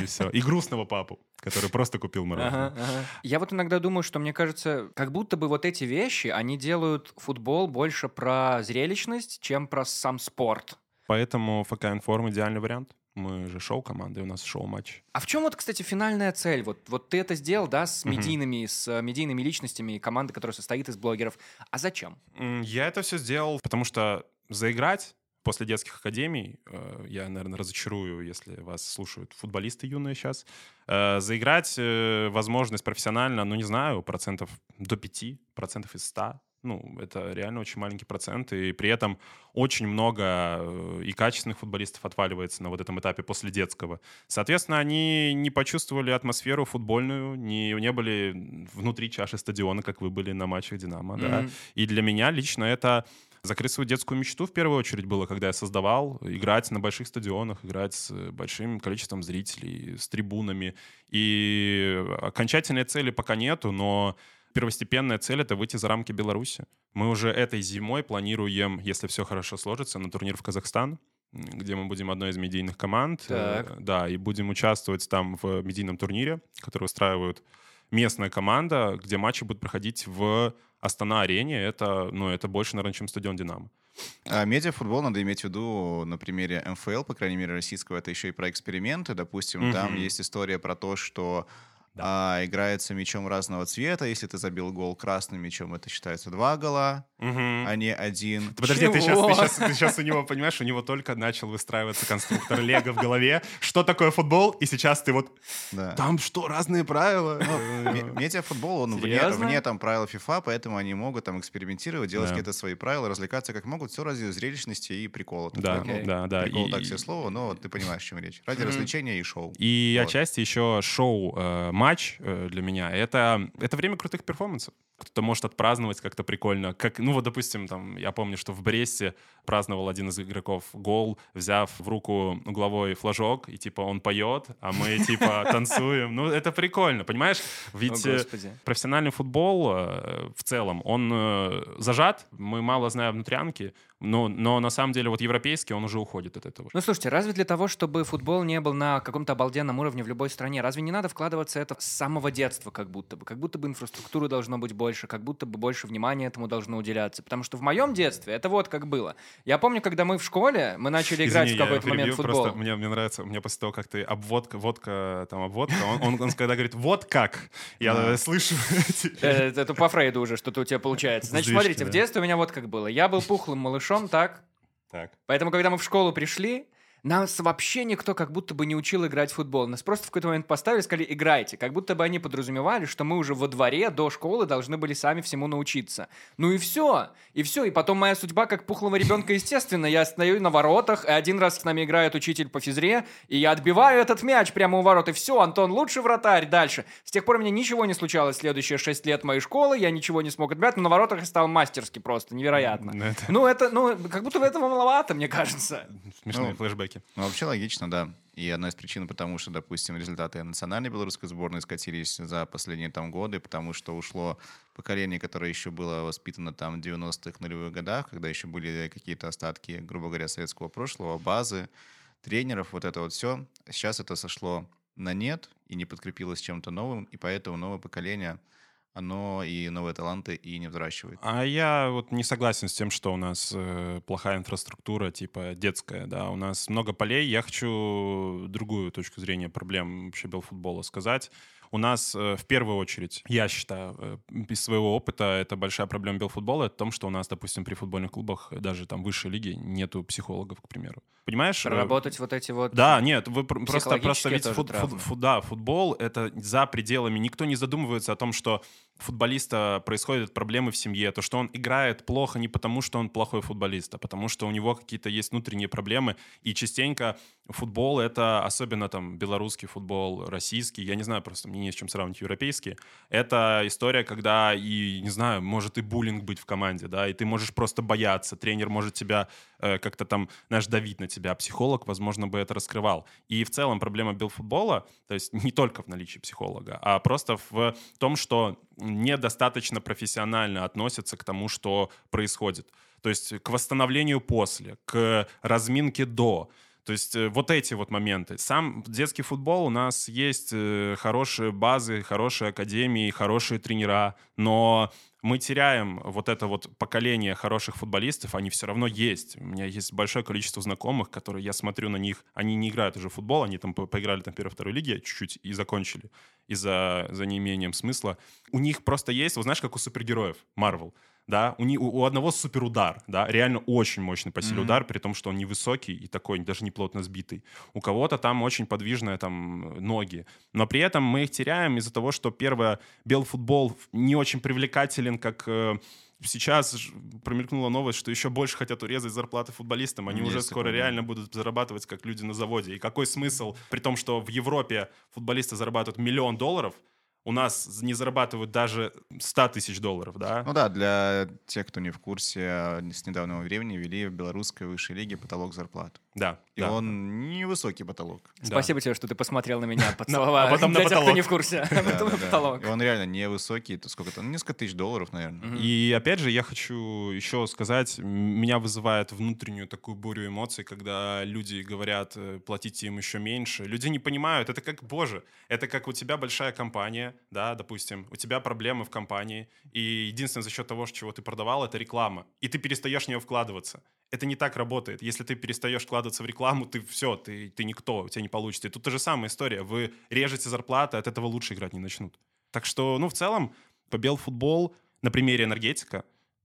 Speaker 1: И все. И грустного папу, который просто купил
Speaker 2: Ага,
Speaker 1: мороженое.
Speaker 2: ага. Я вот иногда думаю, что мне кажется, как будто бы вот эти вещи, они делают футбол больше про зрелищность, чем про сам спорт.
Speaker 1: Поэтому ФК Информ идеальный вариант. Мы же шоу-команда, и у нас шоу-матч.
Speaker 2: А в чем вот, кстати, финальная цель? Вот, вот ты это сделал, да, с
Speaker 1: Мгм.
Speaker 2: медийными, с э, медийными личностями и командой, которая состоит из блогеров. А зачем?
Speaker 1: М, Я это все сделал, потому что заиграть после детских академий, э, я, наверное, разочарую, если вас слушают футболисты юные сейчас, э, заиграть э, возможность профессионально, ну, не знаю, процентов до 5, процентов из 100. Ну, это реально очень маленький процент, и при этом очень много э, и качественных футболистов отваливается на вот этом этапе после детского. Соответственно, они не почувствовали атмосферу футбольную, не, не были внутри чаши стадиона, как вы были на матчах «Динамо», да.
Speaker 2: Мгм.
Speaker 1: И для меня лично это закрыть свою детскую мечту в первую очередь было, когда я создавал, играть на больших стадионах, играть с э, большим количеством зрителей, с трибунами. И окончательной цели пока нету, но первостепенная цель — это выйти за рамки Беларуси. Мы уже этой зимой планируем, если все хорошо сложится, на турнир в Казахстан, м, где мы будем одной из медийных команд. Э, Да, и будем участвовать там в медийном турнире, который устраивают местная команда, где матчи будут проходить в Астана-арене. Это, ну, это больше, наверное, чем стадион «Динамо».
Speaker 3: А медиафутбол надо иметь в виду на примере МФЛ, по крайней мере, российского, это еще и про эксперименты. Допустим, там
Speaker 1: Мгм.
Speaker 3: есть история про то, что а, играется мячом разного цвета. Если ты забил гол красным мячом, это считается два гола,
Speaker 1: Мгм.
Speaker 3: а не один.
Speaker 1: Ты Подожди, ты сейчас,
Speaker 2: Чего?
Speaker 1: у него, понимаешь, у него только начал выстраиваться конструктор Лего в голове. Что такое футбол? И сейчас ты вот...
Speaker 3: Да.
Speaker 1: Там что, разные правила?
Speaker 3: Ме- Медиафутбол, он вне,
Speaker 2: Серьезно?
Speaker 3: вне, там правил FIFA, поэтому они могут там экспериментировать, делать
Speaker 1: Да.
Speaker 3: какие-то свои правила, развлекаться как могут, все ради зрелищности и прикола. так
Speaker 1: Да,
Speaker 3: сказать. Ну,
Speaker 2: Окей.
Speaker 1: да, да.
Speaker 3: Прикол
Speaker 1: И-
Speaker 3: так себе слово, но ты понимаешь, о чем речь. Ради
Speaker 2: Мгм.
Speaker 3: развлечения и шоу.
Speaker 1: И
Speaker 3: Вот.
Speaker 1: отчасти еще шоу, э, матч э, для меня это это время крутых перформансов. Кто-то может отпраздновать как-то прикольно, как ну вот допустим там я помню, что в Бресте праздновал один из игроков гол, взяв в руку угловой флажок и типа он поет, а мы типа танцуем. Ну это прикольно, понимаешь?
Speaker 2: О,
Speaker 1: Ведь э,
Speaker 2: господи.
Speaker 1: профессиональный футбол э, в целом, он э, зажат, мы мало знаем внутрянки, но, но на самом деле вот европейский, он уже уходит от этого.
Speaker 2: Ну, слушайте, разве для того, чтобы футбол не был на каком-то обалденном уровне в любой стране, разве не надо вкладываться это с самого детства как будто бы? Как будто бы инфраструктуры должно быть больше, как будто бы больше внимания этому должно уделяться. Потому что в моем детстве это вот как было. Я помню, когда мы в школе, мы начали играть
Speaker 1: Извини,
Speaker 2: в
Speaker 1: я
Speaker 2: какой-то момент
Speaker 1: перебью,
Speaker 2: в футбол.
Speaker 1: [LAUGHS] Просто мне, мне нравится, мне после того, как ты обводка, водка, там обводка, он, он- он когда говорит «вот как», я
Speaker 3: Да.
Speaker 1: слышу [LAUGHS]
Speaker 2: Э,
Speaker 1: теперь.
Speaker 2: Это, по Фрейду уже что-то у тебя получается. Значит,
Speaker 1: Сдвижки,
Speaker 2: смотрите, в
Speaker 1: да.
Speaker 2: детстве у меня вот как было. Я был пухлым малышом, так?
Speaker 1: Так.
Speaker 2: Поэтому, когда мы в школу пришли, нас вообще никто как будто бы не учил играть в футбол. Нас просто в какой-то момент поставили и сказали, играйте. Как будто бы они подразумевали, что мы уже во дворе до школы должны были сами всему научиться. Ну и все. И все. И потом моя судьба как пухлого ребенка, естественно. Я стою на воротах, и один раз с нами играет учитель по физре, и я отбиваю этот мяч прямо у ворот. И все, Антон лучший вратарь. Дальше. С тех пор мне ничего не случалось. Следующие шесть лет моей школы я ничего не смог отбирать, но на воротах я стал мастерски просто. Невероятно.
Speaker 1: Ну, это
Speaker 2: Ну, это, ну, как будто бы этого маловато, мне кажется.
Speaker 1: смешные
Speaker 3: Ну,
Speaker 1: флешбеки.
Speaker 3: Ну, вообще логично, да. И одна из причин, потому что, допустим, результаты национальной белорусской сборной скатились за последние там годы, потому что ушло поколение, которое еще было воспитано там в 90-х, нулевых годах, когда еще были какие-то остатки, грубо говоря, советского прошлого, базы, тренеров, вот это вот все. Сейчас это сошло на нет и не подкрепилось чем-то новым, и поэтому новое поколение, оно и новые таланты и не взращивает.
Speaker 1: А я вот не согласен с тем, что у нас э, плохая инфраструктура, типа детская, да, у нас много полей. Я хочу другую точку зрения проблем вообще белфутбола сказать. У нас э, в первую очередь, я считаю, э, из своего опыта, это большая проблема белфутбола, это в том, что у нас, допустим, при футбольных клубах, э, даже там высшей лиги, нету психологов, к примеру. Понимаешь? э,
Speaker 2: Работать вот эти вот...
Speaker 1: Да, нет, вы пр- просто, просто
Speaker 2: Психологические
Speaker 1: ведь
Speaker 2: тоже
Speaker 1: фут- фут-
Speaker 2: травмы.
Speaker 1: фу- да, футбол это за пределами. Никто не задумывается о том, что у футболиста происходят проблемы в семье, то, что он играет плохо не потому, что он плохой футболист, а потому, что у него какие-то есть внутренние проблемы. И частенько футбол это, особенно там белорусский футбол, российский, я не знаю, просто мне не с чем сравнить европейский, это история, когда и, не знаю, может и буллинг быть в команде, да, и ты можешь просто бояться, тренер может тебя э, как-то там, знаешь, давить на тебя, а психолог, возможно, бы это раскрывал. И в целом проблема билфутбола, то есть не только в наличии психолога, а просто в том, что недостаточно профессионально относятся к тому, что происходит. То есть к восстановлению после, к разминке до. То есть э, вот эти вот моменты. Сам детский футбол у нас есть э, хорошие базы, хорошие академии, хорошие тренера, но мы теряем вот это вот поколение хороших футболистов, они все равно есть. У меня есть большое количество знакомых, которые я смотрю на них, они не играют уже в футбол, они там по- поиграли там первой-второй лиге чуть-чуть и закончили из-за за неимением смысла. У них просто есть, вот знаешь, как у супергероев Марвел, да, у, ни- у- у одного суперудар, да, реально очень мощный по силе
Speaker 3: Мгм.
Speaker 1: удар, при том, что он невысокий и такой даже не плотно сбитый. У кого-то там очень подвижные там ноги, но при этом мы их теряем из-за того, что первое, белфутбол не очень привлекателен, как э, сейчас ж- промелькнула новость, что еще больше хотят урезать зарплаты футболистам. Они
Speaker 3: Есть
Speaker 1: уже
Speaker 3: такое,
Speaker 1: скоро
Speaker 3: да.
Speaker 1: реально будут зарабатывать, как люди на заводе. И какой смысл, при том, что в Европе футболисты зарабатывают миллион долларов, у нас не зарабатывают даже 100 тысяч долларов, да?
Speaker 3: Ну да, для тех, кто не в курсе, с недавнего времени ввели в белорусской высшей лиге потолок зарплат.
Speaker 1: да.
Speaker 3: И
Speaker 1: да.
Speaker 3: он
Speaker 2: [LAUGHS]
Speaker 3: невысокий потолок.
Speaker 1: Да.
Speaker 2: Спасибо тебе, что ты посмотрел
Speaker 1: [LAUGHS]
Speaker 2: на меня, поцеловал.
Speaker 1: а потом на
Speaker 2: Для тех, кто
Speaker 1: потолок.
Speaker 2: не в курсе. А
Speaker 3: Да,
Speaker 2: потом [LAUGHS]
Speaker 3: да,
Speaker 2: на
Speaker 3: да.
Speaker 2: потолок.
Speaker 3: И он реально невысокий, это сколько там, несколько тысяч долларов, наверное.
Speaker 2: Мгм.
Speaker 1: И опять же, я хочу еще сказать, м, меня вызывает внутреннюю такую бурю эмоций, когда люди говорят, э, платите им еще меньше. Люди не понимают, это как, боже, это как у тебя большая компания, да, допустим, у тебя проблемы в компании, и единственное за счет того, чего ты продавал, это реклама, и ты перестаешь в нее вкладываться. это не так работает. Если ты перестаешь вкладываться в рекламу, ты все, ты, ты никто, у тебя не получится. И тут та же самая история. Вы режете зарплаты, от этого лучше играть не начнут. Так что, ну, в целом, побел футбол на примере энергетика.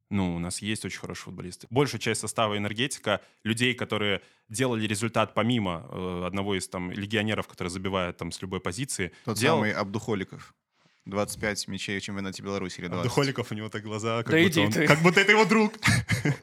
Speaker 1: Ну, у нас есть очень хорошие футболисты. Большая часть состава энергетика людей, которые делали результат помимо э, одного из там легионеров, который забивает там с любой позиции.
Speaker 3: Тот
Speaker 1: делал-
Speaker 3: самый Абдухоликов. 25 мячей в чемпионате Беларуси или 20.
Speaker 1: Духоликов у него так глаза, как,
Speaker 2: Да
Speaker 1: будто
Speaker 2: иди
Speaker 1: он-
Speaker 2: ты.
Speaker 1: как будто это его друг.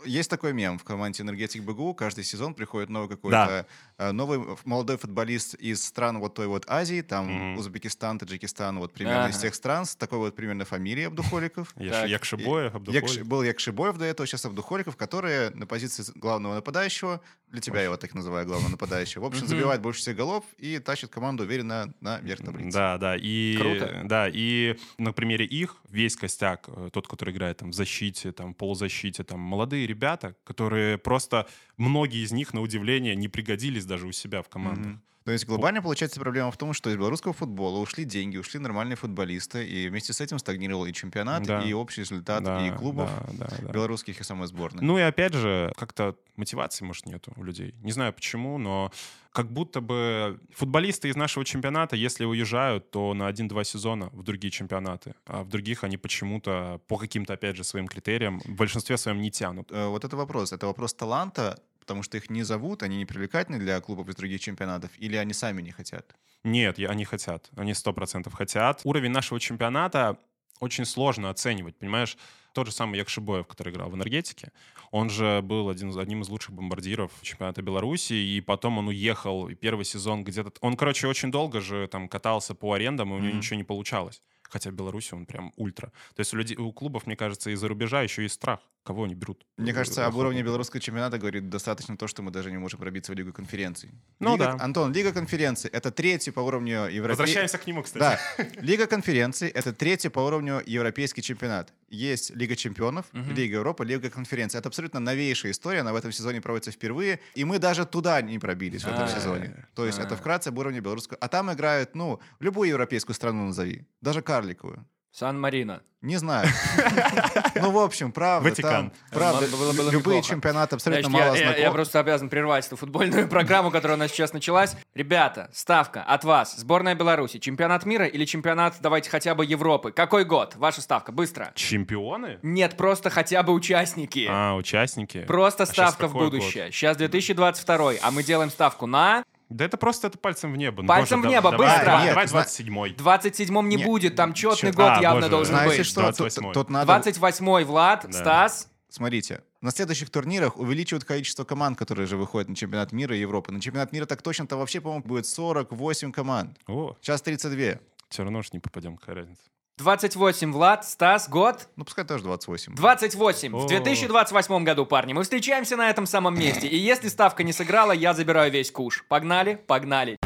Speaker 3: Есть такой мем в команде «Энергетик БГУ». Каждый сезон приходит новый какой-то э, новый ф- молодой футболист из стран вот той вот Азии, там
Speaker 1: Мгм.
Speaker 3: Узбекистан, Таджикистан, вот примерно из
Speaker 2: Ага.
Speaker 3: тех стран, с такой вот примерно фамилией
Speaker 1: [LAUGHS]
Speaker 3: Абдухоликов.
Speaker 1: Я
Speaker 2: Так.
Speaker 1: ж- Якшибоев, Абдухоликов.
Speaker 3: Якши- был Якшибоев до этого, сейчас Абдухоликов, которые на позиции с- главного нападающего, для тебя я его так
Speaker 1: [LAUGHS]
Speaker 3: называю, главного нападающего, в общем,
Speaker 2: Мгм.
Speaker 3: забивает больше всех голов и тащит команду уверенно на верх таблицы.
Speaker 1: Да, да. И,
Speaker 2: Круто.
Speaker 1: Да, и на примере их весь костяк, э, тот, который играет там в защите, там, полузащите, там, молодые ребята, которые просто, многие из них, на удивление, не пригодились даже у себя в командах.
Speaker 3: Мгм. То есть глобально получается проблема в том, что из белорусского футбола ушли деньги, ушли нормальные футболисты, и вместе с этим стагнировал и чемпионат,
Speaker 1: Да.
Speaker 3: и общий результат,
Speaker 1: Да,
Speaker 3: и клубов
Speaker 1: да, да, да.
Speaker 3: белорусских и самой сборной.
Speaker 1: Ну и опять же, как-то мотивации, может, нету у людей. Не знаю почему, но как будто бы футболисты из нашего чемпионата, если уезжают, то на 1-2 сезона в другие чемпионаты, а в других они почему-то по каким-то, опять же, своим критериям в большинстве своем не тянут.
Speaker 3: Э, Вот это вопрос. Это вопрос таланта, потому что их не зовут, они не привлекательны для клубов из других чемпионатов, или они сами не хотят.
Speaker 1: Нет, я- они хотят. Они сто процентов хотят. Уровень нашего чемпионата очень сложно оценивать, понимаешь? Тот же самый Якшибоев, который играл в «Энергетике», он же был один, из- одним из лучших бомбардиров чемпионата Беларуси, и потом он уехал, и первый сезон где-то... Он, короче, очень долго же там катался по арендам, и у него
Speaker 3: Мгм.
Speaker 1: ничего не получалось. Хотя в Беларуси он прям ультра. То есть у, людей, у клубов, мне кажется, из-за рубежа еще и страх, кого они берут.
Speaker 3: Мне кажется, об
Speaker 1: Охотно.
Speaker 3: уровне белорусского чемпионата говорит достаточно то, что мы даже не можем пробиться в Лигу конференций.
Speaker 1: Ну
Speaker 3: Лига-
Speaker 1: да.
Speaker 3: Антон, Лига конференций — это третий по уровню европейского...
Speaker 1: Возвращаемся к нему, кстати.
Speaker 3: Да, Лига конференций — это третий по уровню европейский чемпионат. Есть Лига чемпионов,
Speaker 2: Мгм.
Speaker 3: Лига Европы, Лига конференций. Это абсолютно новейшая история, она в этом сезоне проводится впервые, и мы даже туда не пробились в этом
Speaker 2: А.
Speaker 3: сезоне. То есть это
Speaker 2: А.
Speaker 3: вкратце об уровне белорусского. А там играют, ну, любую европейскую страну назови, даже карликовую.
Speaker 2: Сан-Марино.
Speaker 3: Не знаю. [LAUGHS] Ну, в общем, правда,
Speaker 1: Ватикан.
Speaker 3: там, правда,
Speaker 2: Было- было- было
Speaker 3: любые
Speaker 2: неплохо.
Speaker 3: чемпионаты абсолютно
Speaker 2: Значит, я,
Speaker 3: мало
Speaker 2: я- я
Speaker 3: знакомы.
Speaker 2: просто обязан прервать эту футбольную [LAUGHS] программу, которая у нас сейчас началась. Ребята, ставка от вас. Сборная Беларуси. Чемпионат мира или чемпионат, давайте, хотя бы Европы? Какой год? Ваша ставка, быстро.
Speaker 1: Чемпионы?
Speaker 2: Нет, просто хотя бы участники.
Speaker 1: А, участники.
Speaker 2: Просто
Speaker 1: А щас
Speaker 2: ставка в
Speaker 1: какой год?
Speaker 2: будущее. Сейчас 2022, а мы делаем ставку на...
Speaker 1: Да это просто это пальцем в небо. Ну,
Speaker 2: Пальцем
Speaker 1: боже,
Speaker 2: в небо,
Speaker 1: да- давай-
Speaker 2: быстро!
Speaker 1: Давай,
Speaker 3: Нет,
Speaker 1: давай
Speaker 3: зна-
Speaker 1: 27-й.
Speaker 2: 27-м не
Speaker 3: Не,
Speaker 2: будет, там четный
Speaker 3: чё-
Speaker 2: год
Speaker 1: А,
Speaker 2: явно
Speaker 1: боже,
Speaker 2: должен
Speaker 3: Знаете
Speaker 2: быть.
Speaker 3: что, тут-
Speaker 1: 28-й.
Speaker 3: тут надо
Speaker 2: 28-й, Влад,
Speaker 1: Да.
Speaker 2: Стас.
Speaker 3: Смотрите, на следующих турнирах увеличивают количество команд, которые же выходят на чемпионат мира и Европы. На чемпионат мира так точно, там вообще, по-моему, будет 48 команд.
Speaker 1: О,
Speaker 3: Сейчас 32.
Speaker 1: все равно же не попадем, какая разница.
Speaker 2: 28, Влад, Стас, год.
Speaker 3: Ну, пускай тоже 28.
Speaker 2: 28. В
Speaker 1: О.
Speaker 2: 2028 году, парни, мы встречаемся на этом самом месте. И если ставка не сыграла, я забираю весь куш. Погнали, погнали.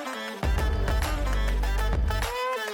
Speaker 2: [LAUGHS]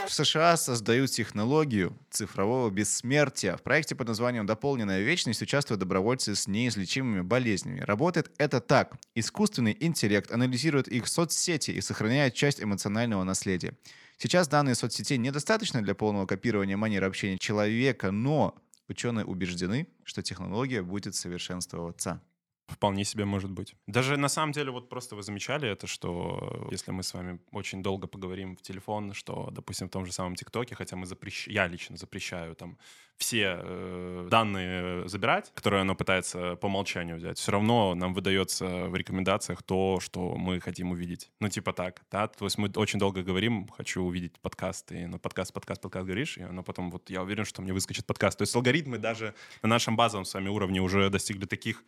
Speaker 3: В США создают технологию цифрового бессмертия. В проекте под названием «Дополненная вечность» участвуют добровольцы с неизлечимыми болезнями. Работает это так. Искусственный интеллект анализирует их соцсети и сохраняет часть эмоционального наследия. Сейчас данные соцсетей недостаточно для полного копирования манеры общения человека, но ученые убеждены, что технология будет совершенствоваться.
Speaker 1: Вполне себе может быть. Даже на самом деле, вот просто вы замечали это, что э, если мы с вами очень долго поговорим в телефон, что, допустим, в том же самом ТикТоке, хотя мы запрещ... я лично запрещаю там все э, данные забирать, которые оно пытается по умолчанию взять, все равно нам выдается в рекомендациях то, что мы хотим увидеть. Ну, типа так, да? То есть мы очень долго говорим, хочу увидеть подкаст, и ну, подкаст, подкаст, подкаст говоришь, и оно потом, вот я уверен, что мне выскочит подкаст. То есть алгоритмы даже на нашем базовом с вами уровне уже достигли таких...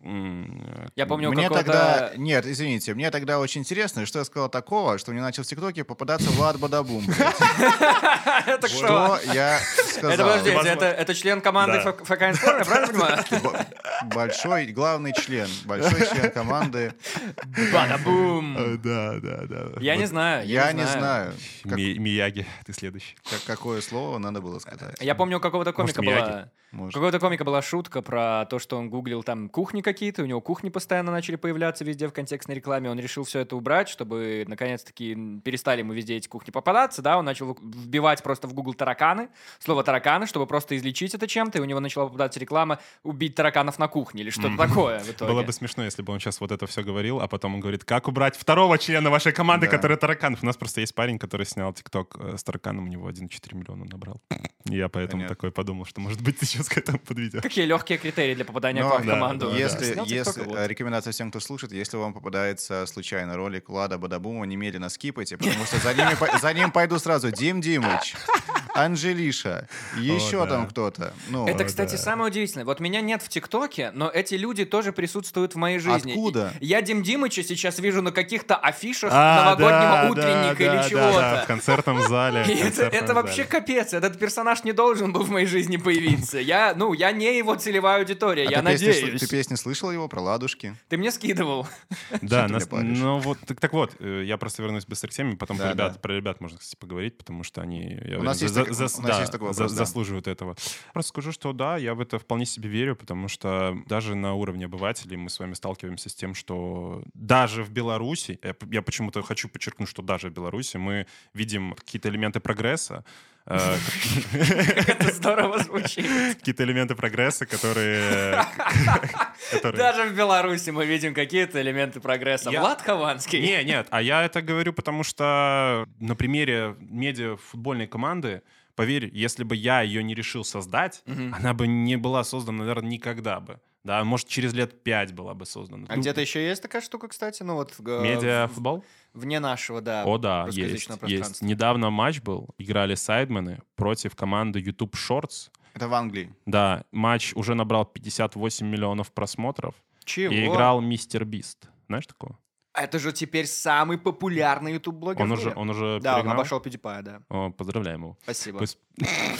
Speaker 1: м, э,
Speaker 2: Я помню, у
Speaker 3: мне
Speaker 2: какого-то...
Speaker 3: тогда... Нет, извините, мне тогда очень интересно, что я сказал такого, что мне начал в ТикТоке попадаться Влад Бадабум.
Speaker 2: Это что?
Speaker 3: Что я
Speaker 2: [LAUGHS]
Speaker 3: сказал?
Speaker 2: Это, подожди,
Speaker 1: Невозможно.
Speaker 2: это, это член команды
Speaker 1: Да.
Speaker 2: ФК «Информ»,
Speaker 1: [LAUGHS]
Speaker 2: я правильно понимаю?
Speaker 3: Б- Большой, главный член, большой член команды.
Speaker 2: Бада-бум.
Speaker 3: Э, Да, да, да.
Speaker 2: [LAUGHS] Я не знаю,
Speaker 3: Я не знаю, как-
Speaker 1: Ми- Мияги, ты следующий.
Speaker 3: как- какое слово надо было сказать.
Speaker 2: Э, Я помню, у какого-то
Speaker 1: Может,
Speaker 2: комика
Speaker 1: Мияги?
Speaker 2: была... У
Speaker 3: Может,
Speaker 2: какого-то комика была шутка про то, что он гуглил там кухни какие-то, у него кухни постоянно начали появляться везде в контекстной рекламе, он решил все это убрать, чтобы, наконец-таки, перестали мы везде эти кухни попадаться, да, он начал вбивать просто в Google тараканы, слово тараканы, чтобы просто излечить это чем-то, и у него начала попадаться реклама «убить тараканов на кухне» или что-то
Speaker 1: Мгм.
Speaker 2: такое в итоге.
Speaker 1: Было бы смешно, если бы он сейчас вот это все говорил, а потом он говорит, как убрать второго члена вашей команды,
Speaker 3: Да.
Speaker 1: который тараканов. У нас просто есть парень, который снял ТикТок э, с тараканом, у него 1,4 миллиона набрал. Я поэтому
Speaker 3: Понятно.
Speaker 1: такой подумал, что, может быть, ты сейчас к этому подведешь.
Speaker 2: Какие легкие критерии для попадания
Speaker 3: Но,
Speaker 2: к вам в
Speaker 1: Ну да,
Speaker 2: команду.
Speaker 1: да,
Speaker 3: Если,
Speaker 2: Снял
Speaker 3: если-
Speaker 2: TikTok, вот.
Speaker 3: э, рекомендация всем, кто слушает, если вам попадается случайно ролик Лада Бадабума,
Speaker 2: [LAUGHS]
Speaker 3: немедленно скипайте, потому что за, ними по- за ним пойду сразу Дим Димыч, Анжелиша,
Speaker 1: О,
Speaker 3: еще
Speaker 1: да.
Speaker 3: там кто-то. Ну,
Speaker 1: О,
Speaker 2: Это, кстати,
Speaker 1: да.
Speaker 2: самое удивительное. Вот меня нет в ТикТоке, но эти люди тоже присутствуют в моей жизни.
Speaker 3: Откуда?
Speaker 2: И- Я Дим Димыча сейчас вижу на каких-то афишах
Speaker 1: А, да,
Speaker 2: новогоднего
Speaker 1: да, да,
Speaker 2: утренника или
Speaker 1: да, да, в
Speaker 2: чего-то.
Speaker 1: концертном зале. в
Speaker 2: И [LAUGHS] это,
Speaker 1: концертном
Speaker 2: это вообще
Speaker 1: зале.
Speaker 2: капец, этот персонаж не должен был в моей жизни появиться. Я, ну, я не его целевая аудитория,
Speaker 3: А
Speaker 2: я
Speaker 3: ты песни сл-
Speaker 2: надеюсь.
Speaker 3: ты
Speaker 2: Ты,
Speaker 3: песни слышал его про ладушки?
Speaker 2: мне скидывал. [LAUGHS]
Speaker 1: Да,
Speaker 3: Чё ты
Speaker 1: нас-
Speaker 3: мне паришь?
Speaker 1: ну вот, так, так вот, э, я просто вернусь быстро к теме, потом
Speaker 3: Да,
Speaker 1: про, ребят,
Speaker 3: да.
Speaker 1: про ребят можно, кстати, поговорить, потому что они, я уверен,
Speaker 3: нас есть
Speaker 1: за-
Speaker 3: так-
Speaker 1: за-
Speaker 3: у нас
Speaker 1: да,
Speaker 3: есть такой
Speaker 1: за-
Speaker 3: вопрос, да.
Speaker 1: заслуживают этого. Просто скажу, что да, я в это вполне себе верю, потому что даже на уровне обывателей мы с вами сталкиваемся с тем, что даже в Беларуси, я, п- я почему-то хочу подчеркнуть, что даже в Беларуси мы видим какие-то элементы прогресса, э,
Speaker 2: [LAUGHS] Это здорово звучит.
Speaker 1: [LAUGHS] какие-то элементы прогресса, которые... [LAUGHS] которые-
Speaker 2: Даже в Беларуси мы видим какие-то элементы прогресса.
Speaker 1: Я-
Speaker 2: Влад Хованский.
Speaker 1: Не, нет, а я это говорю, потому что на примере медиа футбольной команды, поверь, если бы я ее не решил создать,
Speaker 2: Мгм.
Speaker 1: она бы не была создана, наверное, никогда бы. Да, может, через лет пять была бы создана.
Speaker 2: А
Speaker 1: Ну,
Speaker 2: где-то еще есть такая штука, кстати, ну вот... э,
Speaker 1: Медиа
Speaker 2: в-
Speaker 1: футбол?
Speaker 2: Вне нашего, да.
Speaker 1: О, да, есть,
Speaker 2: русскоязычного
Speaker 1: есть.
Speaker 2: пространства.
Speaker 1: Недавно матч был, играли сайдмены против команды YouTube Shorts.
Speaker 3: Это в Англии.
Speaker 1: Да, матч уже набрал 58 миллионов просмотров.
Speaker 2: Чего?
Speaker 1: И играл Мистер Бист. Знаешь такого?
Speaker 2: Это же теперь самый популярный ютуб-блогер
Speaker 1: Он
Speaker 2: в
Speaker 1: уже,
Speaker 2: мире.
Speaker 1: он уже
Speaker 2: Да, он
Speaker 1: перегнал?
Speaker 2: обошел PewDiePie, да.
Speaker 1: О, поздравляем его.
Speaker 2: Спасибо.
Speaker 1: Пусть- [LAUGHS]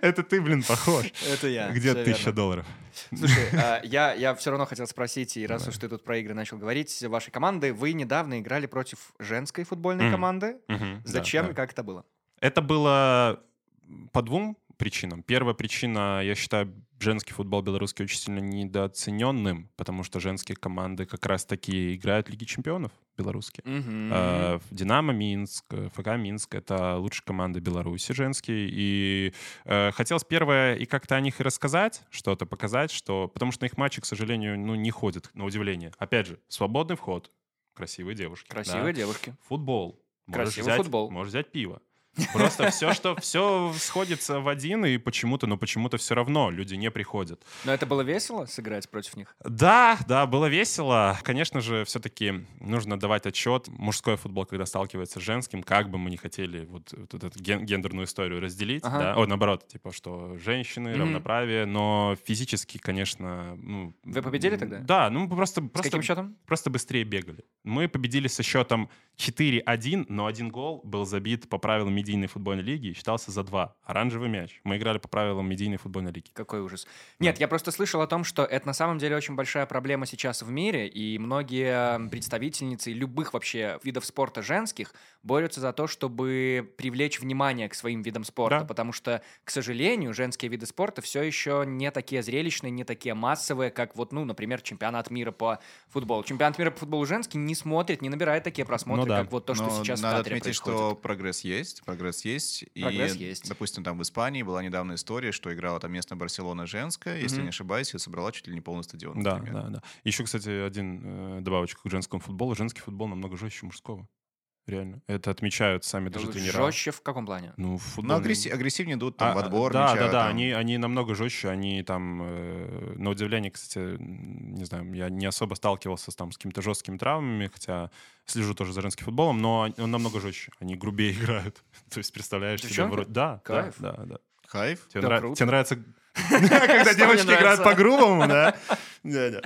Speaker 1: Это ты, блин, похож.
Speaker 2: Это я.
Speaker 1: Где
Speaker 2: всё
Speaker 1: тысяча
Speaker 2: верно.
Speaker 1: долларов?
Speaker 2: Слушай,
Speaker 1: [LAUGHS]
Speaker 2: а, я, я все равно хотел спросить, и раз уж ты тут про игры начал говорить, вашей команды, вы недавно играли против женской футбольной
Speaker 1: Мгм.
Speaker 2: команды. Зачем и
Speaker 1: Да, да.
Speaker 2: как это было?
Speaker 1: Это было по двум причинам. Первая причина, я считаю, женский футбол белорусский очень сильно недооцененным, потому что женские команды как раз таки играют в Лиги чемпионов белорусские.
Speaker 2: Мгм.
Speaker 1: Э, в Динамо Минск, э, ФК Минск это лучшие команды Беларуси женские. И э, хотелось первое и как-то о них и рассказать, что-то показать, что потому что на их матчи, к сожалению, ну не ходят, на удивление. Опять же, свободный вход, красивые девушки, да.
Speaker 2: Красивые девушки.
Speaker 1: футбол, можешь
Speaker 2: Красивый
Speaker 1: взять-
Speaker 2: футбол.
Speaker 1: можешь взять пиво. Просто все, что все сходится в один, и почему-то, но почему-то все равно люди не приходят.
Speaker 2: Но это было весело сыграть против них?
Speaker 1: Да, да, было весело. Конечно же, все-таки нужно давать отчет. Мужской футбол, когда сталкивается с женским, как бы мы не хотели вот, вот эту ген- гендерную историю разделить,
Speaker 2: Ага.
Speaker 1: да, о, наоборот, типа, что женщины,
Speaker 2: Мгм.
Speaker 1: равноправие, но физически, конечно... ну,
Speaker 2: Вы победили
Speaker 1: м,
Speaker 2: тогда?
Speaker 1: Да, ну мы просто,
Speaker 2: С
Speaker 1: просто,
Speaker 2: каким счетом?
Speaker 1: просто быстрее бегали. Мы победили со счетом 4-1, но один гол был забит по правилам медийной футбольной лиги и считался за два. Оранжевый мяч. Мы играли по правилам медийной футбольной лиги.
Speaker 2: Какой ужас. Нет, я просто слышал о том, что это на самом деле очень большая проблема сейчас в мире, и многие представительницы любых вообще видов спорта женских борются за то, чтобы привлечь внимание к своим видам спорта,
Speaker 1: Да.
Speaker 2: потому что, к сожалению, женские виды спорта все еще не такие зрелищные, не такие массовые, как вот, ну, например, чемпионат мира по футболу. Чемпионат мира по футболу женский не смотрит, не набирает такие просмотры,
Speaker 1: Ну да.
Speaker 2: как вот то, что
Speaker 3: Но
Speaker 2: сейчас в
Speaker 3: надо
Speaker 2: Катаре
Speaker 3: отметить,
Speaker 2: происходит.
Speaker 3: что прогресс есть, прогресс есть. И,
Speaker 2: Прогресс есть.
Speaker 3: допустим, там в Испании была недавно история, что играла там местная Барселона женская, если
Speaker 2: Мгм.
Speaker 3: не ошибаюсь, и собрала чуть ли не полный стадион.
Speaker 1: Да,
Speaker 3: например.
Speaker 1: да, да. Еще, кстати, один э, добавочка к женскому футболу. Женский футбол намного жестче мужского. Реально. Это отмечают сами даже тренера.
Speaker 2: Жестче в каком плане?
Speaker 1: Ну, в
Speaker 3: Но
Speaker 1: футбольном-
Speaker 3: агрессив- агрессивнее идут там
Speaker 1: А,
Speaker 3: в отбор.
Speaker 1: Да,
Speaker 3: мяча,
Speaker 1: да, да.
Speaker 3: там.
Speaker 1: Они, они намного жестче. Они там, э, на удивление, кстати, м, не знаю, я не особо сталкивался с, там, с какими-то жесткими травмами, хотя слежу тоже за женским футболом, но он- он намного жестче. Они грубее [LAUGHS] играют. То есть, представляешь, тебя
Speaker 2: Девчонки?
Speaker 1: вроде... Да, да,
Speaker 2: Кайф.
Speaker 1: да, да.
Speaker 3: Кайф.
Speaker 1: Тебе,
Speaker 2: Да,
Speaker 1: нрав-
Speaker 2: круто.
Speaker 1: тебе нравится, когда девочки играют
Speaker 2: нравится?
Speaker 1: по-грубому, да? [LAUGHS] Да, да.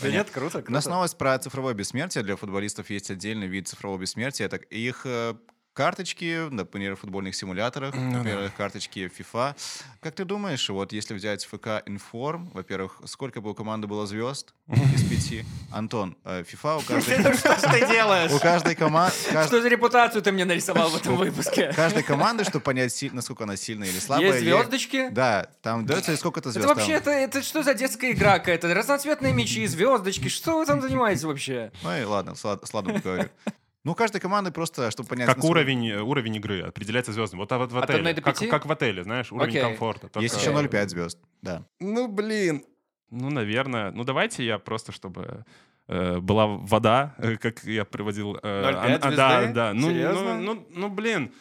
Speaker 2: Да нет, круто,
Speaker 3: У нас новость про цифровое бессмертие. Для футболистов есть отдельный вид цифрового бессмертия. Это их э, карточки на например, футбольных симуляторах,
Speaker 1: Ну да.
Speaker 3: во-первых, карточки FIFA. Как ты думаешь, вот если взять ФК Информ, во-первых, сколько бы у команды
Speaker 2: [LAUGHS]
Speaker 3: было звезд из пяти? Антон, э, FIFA у каждой...
Speaker 2: Что ж ты делаешь?
Speaker 3: У каждой команды...
Speaker 2: [LAUGHS] Что за репутацию ты мне нарисовал в этом выпуске?
Speaker 3: Каждой команды, чтобы понять, си- насколько она сильная или слабая.
Speaker 2: Есть
Speaker 3: ей-
Speaker 2: звездочки?
Speaker 3: Да, там дается сколько-то звезд.
Speaker 2: Это
Speaker 3: там.
Speaker 2: вообще, это, это что за детская игра какая-то? Разноцветные мечи, звездочки, что вы там занимаетесь вообще?
Speaker 3: Ну и ладно, слад- сладно
Speaker 2: [LAUGHS]
Speaker 3: поговорю. Ну, у каждой команды просто, чтобы понять...
Speaker 1: Как
Speaker 3: насколько-
Speaker 1: уровень, э, уровень игры определяется звездами. Вот а вот в
Speaker 2: От
Speaker 1: отеле.
Speaker 2: одной до
Speaker 1: как,
Speaker 2: пяти?
Speaker 1: как в отеле, знаешь, уровень
Speaker 2: Окей.
Speaker 1: комфорта. только-
Speaker 3: Есть еще 0,5 звезд. Да.
Speaker 1: Ну, блин. Ну, наверное. Ну, давайте я просто, чтобы э, была вода, э, как я приводил. э,
Speaker 4: 0,5
Speaker 1: а- а, Да,
Speaker 4: звезды?
Speaker 1: да. Ну,
Speaker 4: Серьезно?
Speaker 1: ну, ну, ну, блин.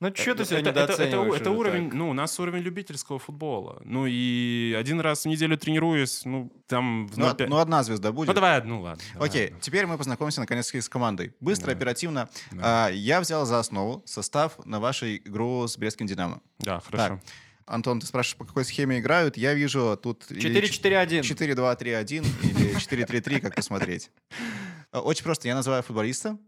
Speaker 4: Ну что ты
Speaker 1: Это-
Speaker 4: себя
Speaker 1: это- это- это у-
Speaker 4: недооцениваешь?
Speaker 1: Это
Speaker 4: уже
Speaker 1: уровень,
Speaker 4: так?
Speaker 1: ну, у нас уровень любительского футбола. Ну, и один раз в неделю тренируюсь, ну, там... в
Speaker 3: Ну, од-
Speaker 1: 0,5.
Speaker 3: ну, одна звезда
Speaker 1: Ну,
Speaker 3: будет.
Speaker 1: давай одну, ладно. давай
Speaker 3: Окей,
Speaker 1: одну.
Speaker 3: теперь мы познакомимся наконец-таки с командой. Быстро,
Speaker 1: Да.
Speaker 3: оперативно.
Speaker 1: Да.
Speaker 3: А, я взял за основу состав на вашу игру с Брестским «Динамо».
Speaker 1: Да, хорошо.
Speaker 3: Антон, ты спрашиваешь, по какой схеме играют? Я вижу а тут... или
Speaker 4: 4-4-1.
Speaker 3: 4-2-3-1 или 4-3-3, как посмотреть. А, Очень просто, я называю футболиста,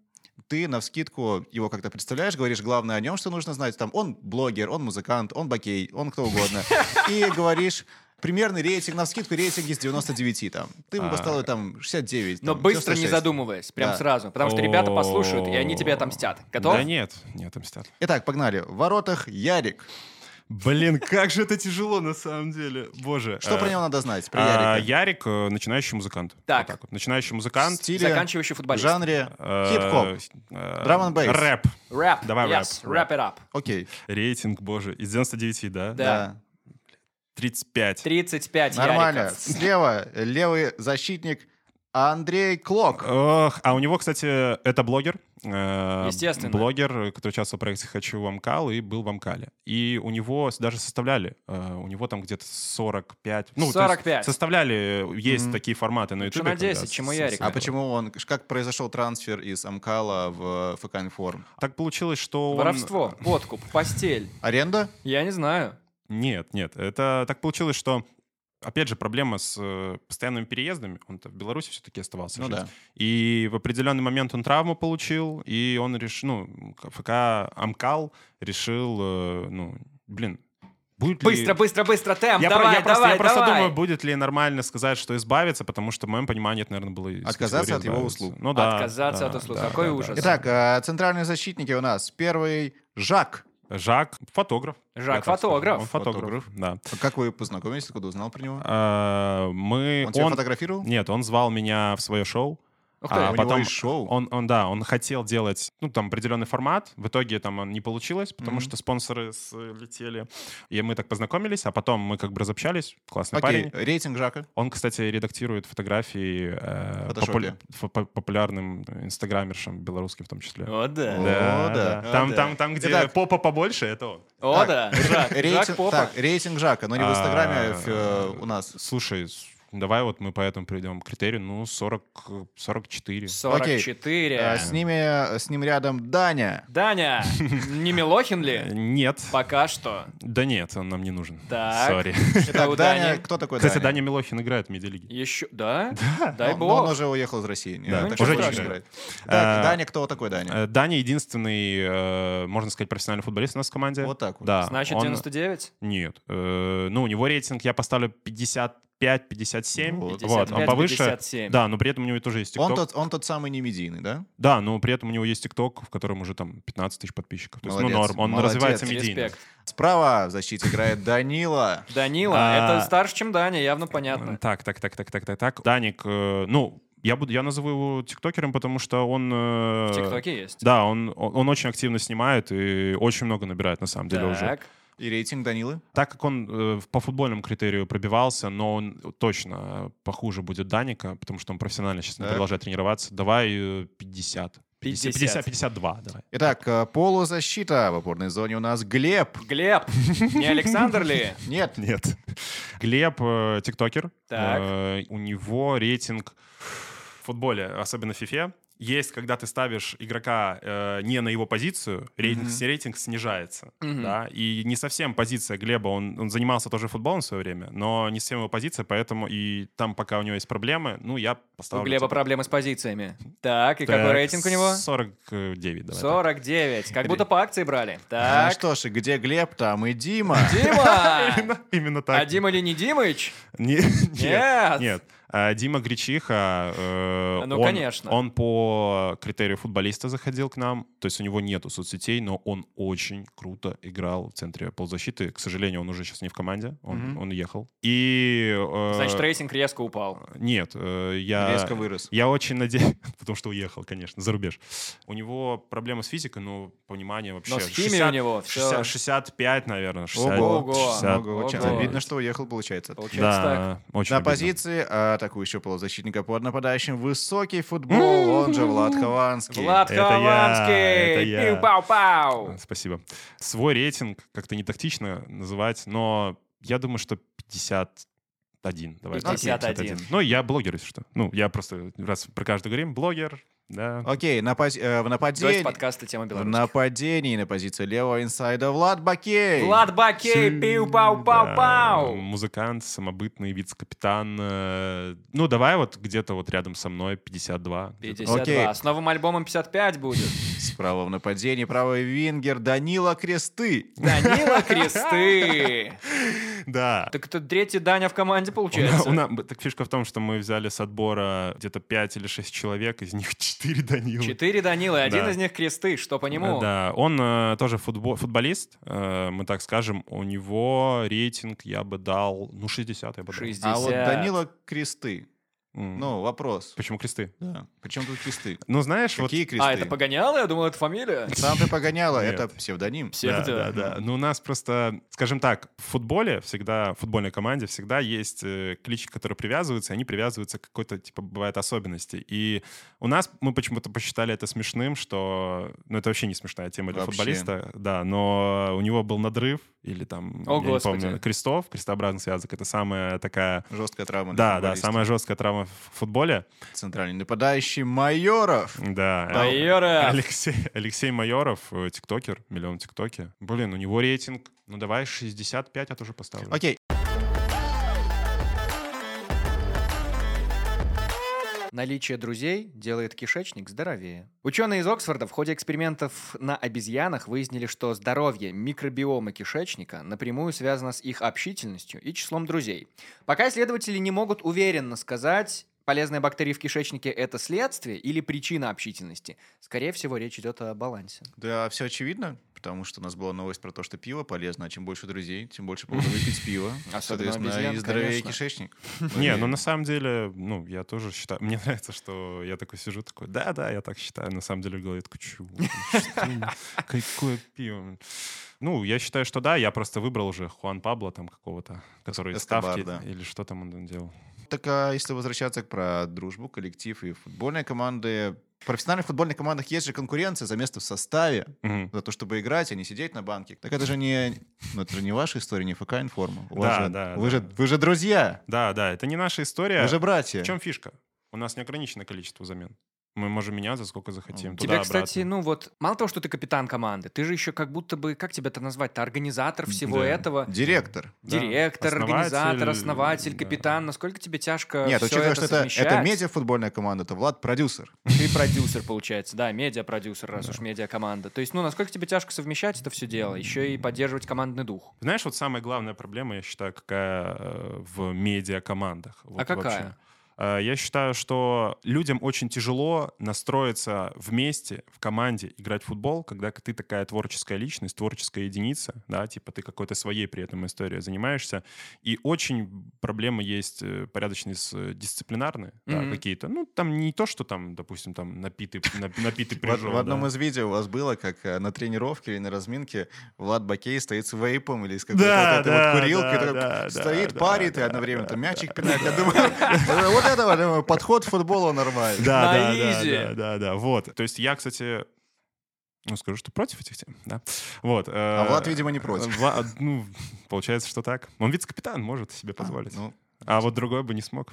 Speaker 3: ты навскидку его как-то представляешь, говоришь главное о нем, что нужно знать. Там он блогер, он музыкант, он бокей, он кто угодно. И говоришь примерный рейтинг, навскидку рейтинг из 99 там. Ты бы
Speaker 1: А.
Speaker 3: поставил там 69.
Speaker 2: Но
Speaker 3: там,
Speaker 2: быстро, не
Speaker 3: 96.
Speaker 2: задумываясь, прям
Speaker 3: Да.
Speaker 2: сразу. Потому что ребята послушают, и они тебя отомстят. Готов?
Speaker 1: Да нет, не отомстят.
Speaker 3: Итак, погнали. В воротах Ярик.
Speaker 1: Блин, как же это тяжело на самом деле. Боже.
Speaker 3: Что
Speaker 1: Э,
Speaker 3: про него надо знать? Про
Speaker 1: а,
Speaker 3: Ярике.
Speaker 1: Ярик, э, начинающий музыкант. Вот
Speaker 2: Так.
Speaker 1: так вот. Начинающий
Speaker 3: В
Speaker 1: музыкант.
Speaker 3: стиле,
Speaker 2: Заканчивающий
Speaker 3: в
Speaker 2: футболист.
Speaker 3: жанре
Speaker 1: э,
Speaker 3: хип-хоп.
Speaker 1: э,
Speaker 3: Drum and bass.
Speaker 1: Рэп.
Speaker 2: Рэп.
Speaker 1: Давай рэп,
Speaker 2: yes,
Speaker 1: рэп.
Speaker 2: wrap it up.
Speaker 3: Окей.
Speaker 1: Рейтинг, боже. Из 99, да?
Speaker 2: Да.
Speaker 3: Да.
Speaker 1: 35.
Speaker 2: 35
Speaker 3: Нормально.
Speaker 2: Яриков.
Speaker 3: Слева левый защитник Андрей Клок.
Speaker 1: Ох, а у него, кстати, это блогер. э,
Speaker 2: Естественно.
Speaker 1: Блогер, э, который участвовал в проекте «Хочу в Амкал» и был в Амкале. И у него с- даже составляли, э, у него там где-то 45. Ну, то есть
Speaker 2: 45.
Speaker 1: составляли, э, есть
Speaker 3: Мгм.
Speaker 1: такие форматы на
Speaker 2: Лучше
Speaker 1: ютубе.
Speaker 2: на 10,
Speaker 1: когда
Speaker 2: чем у
Speaker 1: с-
Speaker 2: Ярика.
Speaker 3: А почему он... Как произошел трансфер из Амкала А в ФК Информ?
Speaker 1: Так получилось, что он-
Speaker 2: Воровство, подкуп, постель.
Speaker 3: Аренда?
Speaker 2: Я не знаю.
Speaker 1: Нет, нет. Это так получилось, что Опять же, проблема с э, постоянными переездами. Он-то в Беларуси все-таки оставался.
Speaker 3: Ну
Speaker 1: жить.
Speaker 3: да.
Speaker 1: И в определенный момент он травму получил, и он решил, ну, ФК Амкал решил, э, ну, блин, будет ли...
Speaker 2: Быстро, быстро, быстро, темп,
Speaker 1: Я, про-
Speaker 2: давай,
Speaker 1: я просто,
Speaker 2: давай,
Speaker 1: я просто
Speaker 2: давай.
Speaker 1: думаю, будет ли нормально сказать, что избавиться, потому что, в моем понимании, это, наверное, было... из
Speaker 3: Отказаться
Speaker 1: категории
Speaker 3: от его
Speaker 1: избавиться.
Speaker 3: услуг.
Speaker 1: Ну да.
Speaker 2: Отказаться
Speaker 1: да,
Speaker 2: от услуг.
Speaker 1: да,
Speaker 2: Какой
Speaker 1: да, да.
Speaker 2: ужас.
Speaker 3: Итак, э, центральные защитники у нас. Первый Жак.
Speaker 1: Жак — фотограф.
Speaker 2: Жак
Speaker 1: Я так скажу.
Speaker 2: фотограф.
Speaker 1: Он фотограф, да.
Speaker 3: Как вы познакомились, откуда узнал про него?
Speaker 1: А, Мы...
Speaker 3: Он тебя
Speaker 1: он-
Speaker 3: фотографировал?
Speaker 1: Нет, он звал меня в свое шоу.
Speaker 2: Ух ты.
Speaker 1: А
Speaker 3: У него
Speaker 1: потом
Speaker 3: есть шоу.
Speaker 1: Он, он, да, он хотел делать, ну, там, определенный формат. В итоге там он не получилось, потому
Speaker 3: Мгм.
Speaker 1: что спонсоры слетели. И мы так познакомились, а потом мы как бы разобщались. Классный
Speaker 3: Окей,
Speaker 1: парень.
Speaker 3: рейтинг Жака.
Speaker 1: Он, кстати, редактирует фотографии э,
Speaker 3: Фотошопе.
Speaker 1: попу- фо- популярным инстаграмершам белорусским в том числе.
Speaker 4: О, да.
Speaker 3: О, да.
Speaker 1: Там,
Speaker 4: О, да.
Speaker 1: там, там, где
Speaker 3: Итак.
Speaker 1: попа побольше, это он.
Speaker 2: О,
Speaker 3: Так,
Speaker 2: да, Жак, Жак
Speaker 3: Рейтинг,
Speaker 2: Попа.
Speaker 3: так, рейтинг Жака, но не в
Speaker 1: А,
Speaker 3: Инстаграме, а в, э, у нас.
Speaker 1: Слушай, с- давай вот мы поэтому придем к критерию, ну, 40, 44.
Speaker 2: 44.
Speaker 3: Э, С ними, с ним рядом Даня.
Speaker 2: Даня, не Милохин
Speaker 3: э,
Speaker 2: ли?
Speaker 1: Нет.
Speaker 2: Пока что.
Speaker 1: Да нет, он нам не нужен.
Speaker 2: Так.
Speaker 1: Сори.
Speaker 2: Что у
Speaker 3: Итак, Даня,
Speaker 2: Дани?
Speaker 3: кто такой
Speaker 1: Кстати,
Speaker 3: Даня?
Speaker 1: Даня Милохин играет в медиалиге.
Speaker 2: Еще, да? Дай
Speaker 3: Но- но
Speaker 2: бог.
Speaker 3: он уже уехал из России. не,
Speaker 1: Да,
Speaker 3: так
Speaker 2: ну
Speaker 3: что
Speaker 2: ничего
Speaker 3: больше
Speaker 2: страшного.
Speaker 3: играет. Так,
Speaker 1: Э,
Speaker 3: Даня, кто такой Даня?
Speaker 1: Э, Даня единственный, э, можно сказать, профессиональный футболист у нас в команде.
Speaker 3: Вот так вот.
Speaker 1: э, Да.
Speaker 2: Значит,
Speaker 1: он-
Speaker 2: 99?
Speaker 1: Нет. Э, Ну, у него рейтинг я поставлю 55-57.
Speaker 3: Вот.
Speaker 1: Вот, он
Speaker 2: 55,
Speaker 1: повыше.
Speaker 2: 57.
Speaker 1: Да, но при этом у него тоже есть
Speaker 3: Он
Speaker 1: ТикТок.
Speaker 3: тот, он тот самый немедийный, да?
Speaker 1: Да, но при этом у него есть ТикТок, в котором уже там 15 тысяч подписчиков. То есть, ну,
Speaker 3: Молодец,
Speaker 1: норм. Он
Speaker 3: молодец.
Speaker 1: развивается медийно.
Speaker 2: Респект.
Speaker 3: Справа в защите играет Данила.
Speaker 2: Данила,
Speaker 1: А.
Speaker 2: это старше, чем Даня, явно понятно.
Speaker 1: Так, так, так, так, так, так, так. Даник, э, ну, я буду, я назову его тиктокером, потому что он... э,
Speaker 2: В ТикТоке есть.
Speaker 1: Да, он, он, он очень активно снимает и очень много набирает, на самом деле, уже.
Speaker 2: Так.
Speaker 3: И рейтинг Данилы.
Speaker 1: Так как он э, в- по футбольному критерию пробивался, но он точно э, похуже будет Даника, потому что он профессионально сейчас
Speaker 3: Так.
Speaker 1: продолжает тренироваться. Давай э, 50. 50.
Speaker 2: 50.
Speaker 1: 50, 52, давай.
Speaker 3: Итак, э, полузащита в опорной зоне у нас Глеб.
Speaker 2: Глеб, не Александр ли?
Speaker 1: [LAUGHS]
Speaker 3: Нет.
Speaker 1: Нет. Глеб, э, тиктокер.
Speaker 2: Так.
Speaker 1: Э, у него рейтинг в футболе, особенно в фифе, есть, когда ты ставишь игрока э, не на его позицию, рейтинг,
Speaker 2: Мгм.
Speaker 1: рейтинг снижается.
Speaker 2: Мгм.
Speaker 1: Да? И не совсем позиция Глеба, он, он занимался тоже футболом в свое время, но не совсем его позиция, поэтому и там пока у него есть проблемы, ну, я
Speaker 2: У
Speaker 1: поставлю...
Speaker 2: Глеба
Speaker 1: типа,
Speaker 2: проблемы с позициями. Так, и
Speaker 1: так,
Speaker 2: какой рейтинг у него?
Speaker 1: 49, давай. так.
Speaker 2: 49. Как будто по акции брали.
Speaker 3: А
Speaker 2: Так.
Speaker 3: что ж, и где Глеб, там и Дима.
Speaker 2: Дима!
Speaker 1: [LAUGHS] [LAUGHS] Именно, именно так.
Speaker 2: А Дима ли не Димыч?
Speaker 1: Не- [LAUGHS] Нет.
Speaker 2: Нет.
Speaker 1: Нет. А, Дима Гречиха, э,
Speaker 2: Ну,
Speaker 1: он-
Speaker 2: конечно.
Speaker 1: он по критерию футболиста заходил к нам, то есть у него нету соцсетей, но он очень круто играл в центре полузащиты. К сожалению, он уже сейчас не в команде, он,
Speaker 3: Мгм.
Speaker 1: он ехал. И... э,
Speaker 2: Значит, рейтинг резко упал.
Speaker 1: Нет, э, я...
Speaker 3: Резко вырос.
Speaker 1: Я очень надеюсь, [LAUGHS] потому что уехал, конечно, за рубеж. У него проблемы с физикой, но понимание вообще...
Speaker 2: Но с химией у него всё.
Speaker 1: 60 65, наверное, 60.
Speaker 2: Ого.
Speaker 3: Много, очень
Speaker 2: Ого.
Speaker 3: обидно, что уехал, получается.
Speaker 2: Получается так.
Speaker 1: Да, очень
Speaker 3: На
Speaker 1: обидно.
Speaker 3: позиции а, атакующего полузащитника под нападающим высокий футбол, он же Влад Хованский.
Speaker 2: Влад
Speaker 1: Это я, это
Speaker 2: Хованский!
Speaker 1: я.
Speaker 2: Пиу-пау-пау!
Speaker 1: Спасибо. Свой рейтинг как-то не тактично называть, но я думаю, что 51. Давай, так,
Speaker 2: 51.
Speaker 1: Ну, я блогер, если что. Ну, я просто раз про каждый говорим, блогер, да.
Speaker 3: Окей, на пози- э, в
Speaker 2: Гость
Speaker 3: нападении...
Speaker 2: подкаста «Тема
Speaker 3: В
Speaker 2: белорусских».
Speaker 3: нападении на позиции левого инсайда Влад Бакей.
Speaker 2: Влад Бакей!
Speaker 1: Да,
Speaker 2: Пиу-пау-пау-пау!
Speaker 1: Э, Музыкант, самобытный вице-капитан. э, Ну, давай вот где-то вот рядом со мной 52. где-то.
Speaker 2: 52.
Speaker 3: Окей.
Speaker 2: С новым альбомом 55 будет.
Speaker 3: Справа в нападении правый вингер Данила Кресты.
Speaker 1: [LAUGHS]
Speaker 2: Данила Кресты!
Speaker 1: [LAUGHS] Да.
Speaker 2: Так это третий Даня в команде получается.
Speaker 1: У нас- так фишка в том, что мы взяли с отбора где-то 5 или 6 человек, из них [LAUGHS] 4 Данила.
Speaker 2: Четыре Данилы, один
Speaker 1: Да.
Speaker 2: из них кресты, что по нему? А,
Speaker 1: Да, он э, тоже футбо- футболист, э, мы так скажем. У него рейтинг я бы дал, ну, 60 я бы дал.
Speaker 2: 60.
Speaker 3: А вот Данила Кресты.
Speaker 1: М.
Speaker 3: Ну, вопрос.
Speaker 1: Почему кресты?
Speaker 3: Да. Причем тут кресты?
Speaker 1: Ну, знаешь, вот...
Speaker 3: Какие кресты?
Speaker 2: А, это погоняло? Я думал, это фамилия.
Speaker 3: Сам ты погоняла,
Speaker 1: Нет.
Speaker 3: это псевдоним.
Speaker 2: Все
Speaker 1: Да,
Speaker 2: это-
Speaker 1: да, да. Ну, у нас просто, скажем так, в футболе всегда, в футбольной команде всегда есть э, клички, которые привязываются, и они привязываются к какой-то, типа, бывает особенности. И у нас, мы почему-то посчитали это смешным, что... Ну, это вообще не смешная тема для
Speaker 3: Вообще.
Speaker 1: футболиста, да, но у него был надрыв, или там,
Speaker 2: О,
Speaker 1: я не
Speaker 2: Господи.
Speaker 1: помню, крестов, крестообразный связок, это самая такая
Speaker 3: Жесткая травма. для
Speaker 1: Да, да,
Speaker 3: футболиста.
Speaker 1: самая жесткая травма в футболе.
Speaker 3: Центральный нападающий Майоров.
Speaker 1: Да.
Speaker 2: [LAUGHS] Майора!
Speaker 1: Алексей, Алексей Майоров, э, тиктокер, миллион в тиктоке. Блин, у него рейтинг, ну давай 65 я тоже поставлю.
Speaker 3: Окей,
Speaker 2: Наличие друзей делает кишечник здоровее. Ученые из Оксфорда в ходе экспериментов на обезьянах выяснили, что здоровье микробиома кишечника напрямую связано с их общительностью и числом друзей. Пока исследователи не могут уверенно сказать, полезные бактерии в кишечнике – это следствие или причина общительности. Скорее всего, речь идет о балансе.
Speaker 3: Да, все очевидно, потому что у нас была новость про то, что пиво полезно, а чем больше друзей, тем больше повода выпить пиво.
Speaker 2: Особенно
Speaker 3: Соответственно,
Speaker 2: обезьян,
Speaker 3: и здоровее
Speaker 2: конечно.
Speaker 3: кишечник.
Speaker 1: Не, ну на самом деле, ну я тоже считаю, мне [LAUGHS] нравится, что я такой сижу, такой, да-да, я так считаю, на самом деле в голове такой, чего? [LAUGHS] Какое пиво? Ну, я считаю, что да, я просто выбрал уже Хуан Пабло там какого-то, который из
Speaker 3: Эскобар,
Speaker 1: ставки
Speaker 3: да.
Speaker 1: или что там он там делал.
Speaker 3: Так, а если возвращаться к про дружбу, коллектив и футбольные команды, в профессиональных футбольных командах есть же конкуренция за место в составе,
Speaker 1: Мгм.
Speaker 3: за то, чтобы играть, а не сидеть на банке. Так это же не, ну, это же не ваша история, не ФК Информа. У вас
Speaker 1: Да,
Speaker 3: же-
Speaker 1: да, да.
Speaker 3: вы, Же, вы же друзья,
Speaker 1: Да, да, это не наша история.
Speaker 3: вы же братья.
Speaker 1: В чем фишка? У нас неограниченное количество замен. Мы можем меняться сколько захотим.
Speaker 3: Ну,
Speaker 1: Туда,
Speaker 2: Тебя, кстати,
Speaker 1: обратно.
Speaker 2: ну вот, мало того, что ты капитан команды, ты же еще как будто бы, как тебя-то назвать-то, организатор всего
Speaker 1: Да.
Speaker 2: этого.
Speaker 3: Директор.
Speaker 1: Да.
Speaker 2: Директор,
Speaker 1: Основатель,
Speaker 2: организатор, основатель,
Speaker 1: да.
Speaker 2: капитан. Насколько тебе тяжко
Speaker 3: Нет,
Speaker 2: Э, всё
Speaker 3: учитывая, что это,
Speaker 2: совмещать?
Speaker 3: это медиафутбольная команда, это Влад продюсер.
Speaker 2: [LAUGHS] Ты продюсер, получается, да, медиа-продюсер, раз уж медиа-команда. То есть, ну, насколько тебе тяжко совмещать это все дело, еще и поддерживать командный дух.
Speaker 1: Знаешь, вот самая главная проблема, я считаю, какая э, в медиакомандах. Вот
Speaker 2: А какая?
Speaker 1: вообще. Э, Я считаю, что людям очень тяжело настроиться вместе, в команде, играть в футбол, когда ты такая творческая личность, творческая единица, да, типа ты какой-то своей при этом историей занимаешься. И очень проблемы есть э, порядочные с э, дисциплинарные, да,
Speaker 2: Мгм.
Speaker 1: какие-то. Ну, там не то, что там, допустим, там напитый, нап- напитый
Speaker 3: [LAUGHS] В,
Speaker 1: прижог,
Speaker 3: в одном
Speaker 1: да.
Speaker 3: из видео у вас было, как э, на тренировке или на разминке Влад Бакей стоит с вейпом или с какой-то
Speaker 1: Да,
Speaker 3: вот этой
Speaker 1: да,
Speaker 3: вот курилкой,
Speaker 1: да,
Speaker 3: такой
Speaker 1: да,
Speaker 3: стоит,
Speaker 1: да,
Speaker 3: парит
Speaker 1: да,
Speaker 3: и одновременно там мячик пинает. Я думаю, вот это вот, э, подход к футболу нормальный.
Speaker 1: Да,
Speaker 2: На
Speaker 1: да, да,
Speaker 2: изи.
Speaker 1: да, да, да, вот. То есть я, кстати, ну, скажу, что против этих тем, да. Вот. э,
Speaker 3: А Влад, видимо, не против.
Speaker 1: ну, получается, что так. Он вице-капитан, может себе позволить.
Speaker 3: Ну,
Speaker 1: а вот другой бы не смог.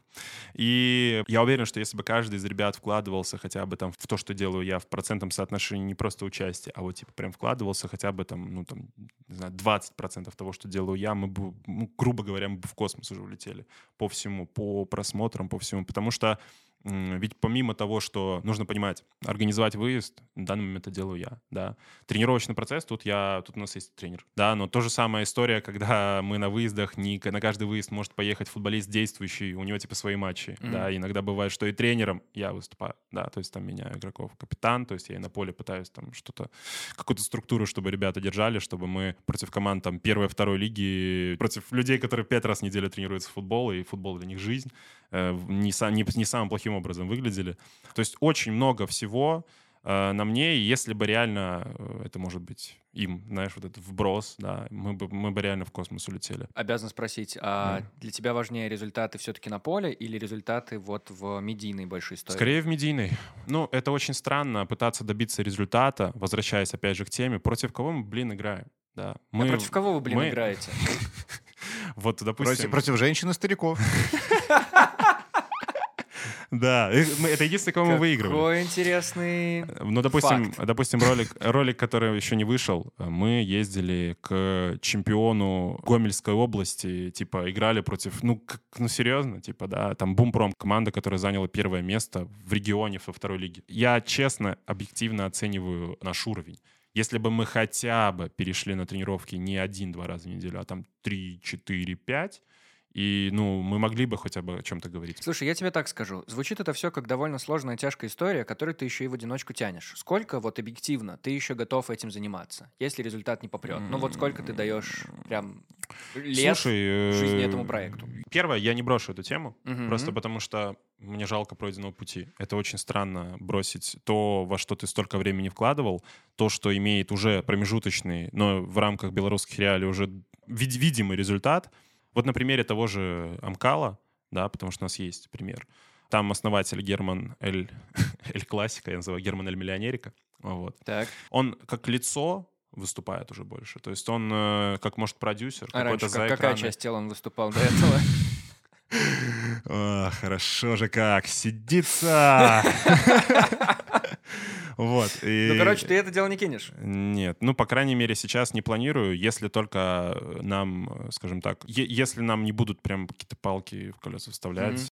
Speaker 1: И я уверен, что если бы каждый из ребят вкладывался хотя бы там в то, что делаю я, в процентном соотношении не просто участие, а вот типа прям вкладывался хотя бы там, ну там, не знаю, 20% того, что делаю я, мы бы, ну, грубо говоря, мы бы в космос уже улетели по всему, по просмотрам, по всему. Потому что м, ведь помимо того, что нужно понимать, организовать выезд, в данный момент это делаю я, да. Тренировочный процесс, тут я, тут у нас есть тренер, да, но то же самая история, когда [LAUGHS] мы на выездах, не, к- на каждый выезд может поехать футболист действующий, у него типа свои матчи,
Speaker 2: Мгм.
Speaker 1: да, иногда бывает, что и тренером я выступаю, да, то есть там меня игроков капитан, то есть я и на поле пытаюсь там что-то, какую-то структуру, чтобы ребята держали, чтобы мы против команд там первой, второй лиги, против людей, которые пять раз в неделю тренируются в футбол, и футбол для них жизнь, э, в- не, са- не, не самым плохим образом выглядели. То есть очень много всего э, на мне, и если бы реально э, это может быть им, знаешь, вот этот вброс, да, мы бы, мы бы реально в космос улетели.
Speaker 2: Обязан спросить, а
Speaker 1: Да.
Speaker 2: для тебя важнее результаты все-таки на поле или результаты вот в медийной большой истории?
Speaker 1: Скорее в медийной. Ну, это очень странно, пытаться добиться результата, возвращаясь опять же к теме, против кого мы, блин, играем. Да.
Speaker 2: А
Speaker 1: Мы,
Speaker 2: против кого вы, блин,
Speaker 1: мы-
Speaker 2: играете?
Speaker 1: [LAUGHS] Вот,
Speaker 3: Против,
Speaker 1: допустим...
Speaker 3: против женщин и стариков.
Speaker 1: Да, э, мы- это единственное, кого мы выигрывали.
Speaker 2: Какой интересный...
Speaker 1: Ну, допустим,
Speaker 2: Факт.
Speaker 1: допустим ролик, ролик, который еще не вышел, мы ездили к чемпиону Гомельской области, типа, играли против, ну, как- ну серьезно, типа, да, там Бумпром, команда, которая заняла первое место в регионе во второй лиге. Я честно, объективно оцениваю наш уровень. Если бы мы хотя бы перешли на тренировки не один-два раза в неделю, а там три, четыре, пять, и, ну, мы могли бы хотя бы о чем-то говорить.
Speaker 2: Слушай, я тебе так скажу. Звучит это все как довольно сложная, тяжкая история, которую ты еще и в одиночку тянешь. Сколько, вот объективно, ты еще готов этим заниматься, если результат не попрет? Ну вот сколько ты даешь прям лет?
Speaker 1: Слушай, э,
Speaker 2: жизни этому проекту?
Speaker 1: Первое, я не брошу эту тему,
Speaker 2: Мгм.
Speaker 1: Просто потому что мне жалко пройденного пути. Это очень странно бросить то, во что ты столько времени вкладывал, то, что имеет уже промежуточный, но в рамках белорусских реалий уже вид- видимый результат. Вот на примере того же Амкала, да, потому что у нас есть пример. Там основатель Герман Эль, [LAUGHS] Эль Классика, я называю Герман Эль Миллионерика. Вот.
Speaker 2: Так.
Speaker 1: Он как лицо выступает уже больше. То есть он э, как, может, продюсер.
Speaker 2: А
Speaker 1: какой-то
Speaker 2: раньше
Speaker 1: за
Speaker 2: как- какая
Speaker 1: экраны.
Speaker 2: часть тела он выступал до этого?
Speaker 1: А, хорошо же как, сидится. Вот. [LAUGHS] и-
Speaker 2: Ну, короче, ты это дело не кинешь.
Speaker 1: Нет, ну, по крайней мере, сейчас не планирую, если только э, нам, э, скажем так, е- если нам не будут прям какие-то палки в колеса вставлять.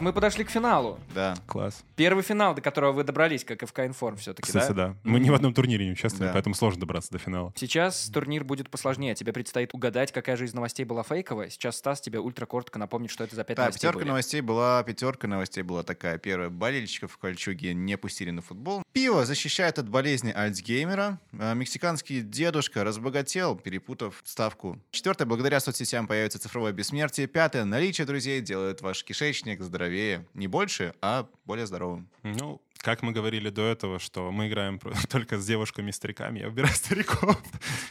Speaker 2: Мы подошли к финалу.
Speaker 3: Да.
Speaker 1: Класс.
Speaker 2: Первый финал, до которого вы добрались, как и в Информ все-таки,
Speaker 1: Кстати, да. Мы ни в одном турнире не участвовали,
Speaker 3: Да.
Speaker 1: поэтому сложно добраться до финала.
Speaker 2: Сейчас турнир будет посложнее. Тебе предстоит угадать, какая же из новостей была фейковая. Сейчас Стас тебе ультракоротко напомнит, что это за пять
Speaker 3: Да,
Speaker 2: новостей
Speaker 3: пятерка
Speaker 2: были.
Speaker 3: новостей была, пятерка новостей была такая. Первая. Болельщиков в Кольчуге не пустили на футбол. Пиво защищает от болезни Альцгеймера. А, Мексиканский дедушка разбогател, перепутав ставку. Четвертое. Благодаря соцсетям появится цифровое бессмертие. Пятое. Наличие друзей делает ваш кишечник здоровее. Не больше, а более здоровым.
Speaker 1: Ну, как мы говорили до этого, что мы играем про- [LAUGHS] только с девушками и стариками, я выбираю [LAUGHS] стариков.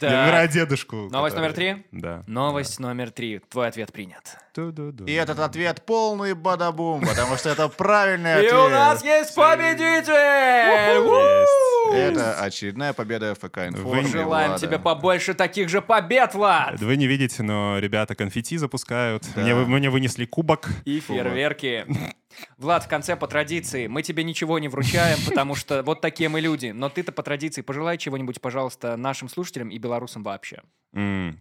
Speaker 1: Я
Speaker 2: Так.
Speaker 1: выбираю дедушку.
Speaker 2: Новость
Speaker 1: который- Ну.
Speaker 2: номер три.
Speaker 1: Да.
Speaker 2: Новость номер три. Твой ответ принят.
Speaker 1: Ту-ду-ду.
Speaker 3: И этот ответ полный бадабум, потому что это
Speaker 1: Э,
Speaker 3: правильный
Speaker 2: И
Speaker 3: ответ.
Speaker 2: у нас есть победитель! У!
Speaker 3: Это очередная победа ФК Инфо.
Speaker 1: Вы не-
Speaker 2: Желаем тебе побольше таких же побед, Влад!
Speaker 1: Вы не видите, но ребята конфетти запускают.
Speaker 3: Да.
Speaker 1: Мне, вы- мне вынесли кубок. [LAUGHS]
Speaker 2: И фейерверки. Влад, в конце по традиции, мы тебе ничего не вручаем, потому что вот такие мы люди. Но ты-то по традиции пожелай чего-нибудь, пожалуйста, нашим слушателям и белорусам вообще.
Speaker 1: М,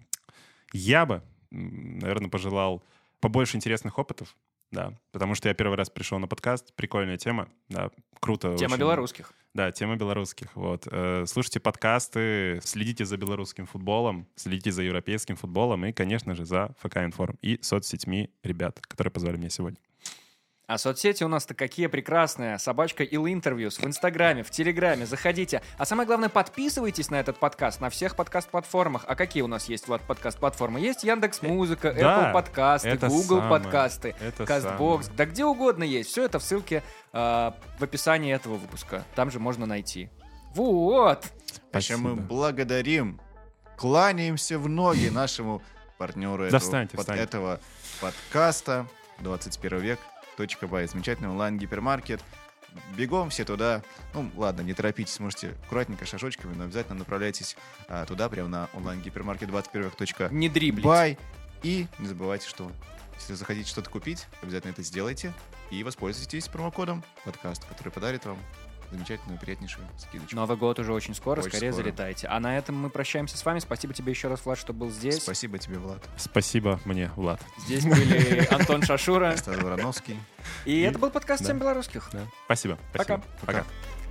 Speaker 1: Я бы, наверное, пожелал побольше интересных опытов. Да, потому что я первый раз пришел на подкаст. Прикольная тема. Да, круто.
Speaker 2: Тема
Speaker 1: очень.
Speaker 2: белорусских.
Speaker 1: Да, тема белорусских. Вот. Э, Слушайте подкасты, следите за белорусским футболом, следите за европейским футболом и, конечно же, за ФК Информ и соцсетьми ребят, которые позвали меня сегодня.
Speaker 2: А соцсети у нас-то какие прекрасные. Собачка Ил Интервьюс в Инстаграме, в Телеграме. Заходите. А самое главное, подписывайтесь на этот подкаст на всех подкаст-платформах. А какие у нас есть, Влад, подкаст-платформы? Есть Яндекс Музыка,
Speaker 1: Э, Да,
Speaker 2: Apple подкасты,
Speaker 1: это
Speaker 2: Google
Speaker 1: самое,
Speaker 2: подкасты,
Speaker 1: это
Speaker 2: Кастбокс. Да где угодно есть. Все это в ссылке э, в описании этого выпуска. Там же можно найти. Вот.
Speaker 3: Причем мы
Speaker 1: Спасибо.
Speaker 3: благодарим, кланяемся в
Speaker 1: [LAUGHS]
Speaker 3: ноги нашему партнеру
Speaker 1: Да
Speaker 3: этого,
Speaker 1: встаньте,
Speaker 3: под-
Speaker 1: встаньте.
Speaker 3: этого подкаста 21 век. Точка Бай. Замечательный онлайн-гипермаркет. Бегом все туда. Ну, ладно, не торопитесь, можете аккуратненько шажочками, но обязательно направляйтесь а, туда, прямо на онлайн-гипермаркет 21
Speaker 2: Не дриблить.
Speaker 3: Бай. И не забывайте, что если захотите что-то купить, обязательно это сделайте и воспользуйтесь промокодом подкаст, который подарит вам замечательную, приятнейшую скидочку.
Speaker 1: Ну,
Speaker 2: Новый год уже очень скоро,
Speaker 3: Очень
Speaker 2: скорее
Speaker 3: скоро.
Speaker 2: залетайте. А на этом мы прощаемся с вами. Спасибо тебе еще раз, Влад, что был
Speaker 1: а
Speaker 2: здесь.
Speaker 3: Спасибо тебе, Влад.
Speaker 1: Спасибо мне, Влад.
Speaker 2: Здесь были Антон Шашура.
Speaker 3: Стас Вороновский.
Speaker 2: И это был подкаст
Speaker 1: Да.
Speaker 2: «Тем белорусских».
Speaker 1: Да. Спасибо.
Speaker 2: Пока.
Speaker 1: спасибо. Пока.
Speaker 3: Пока.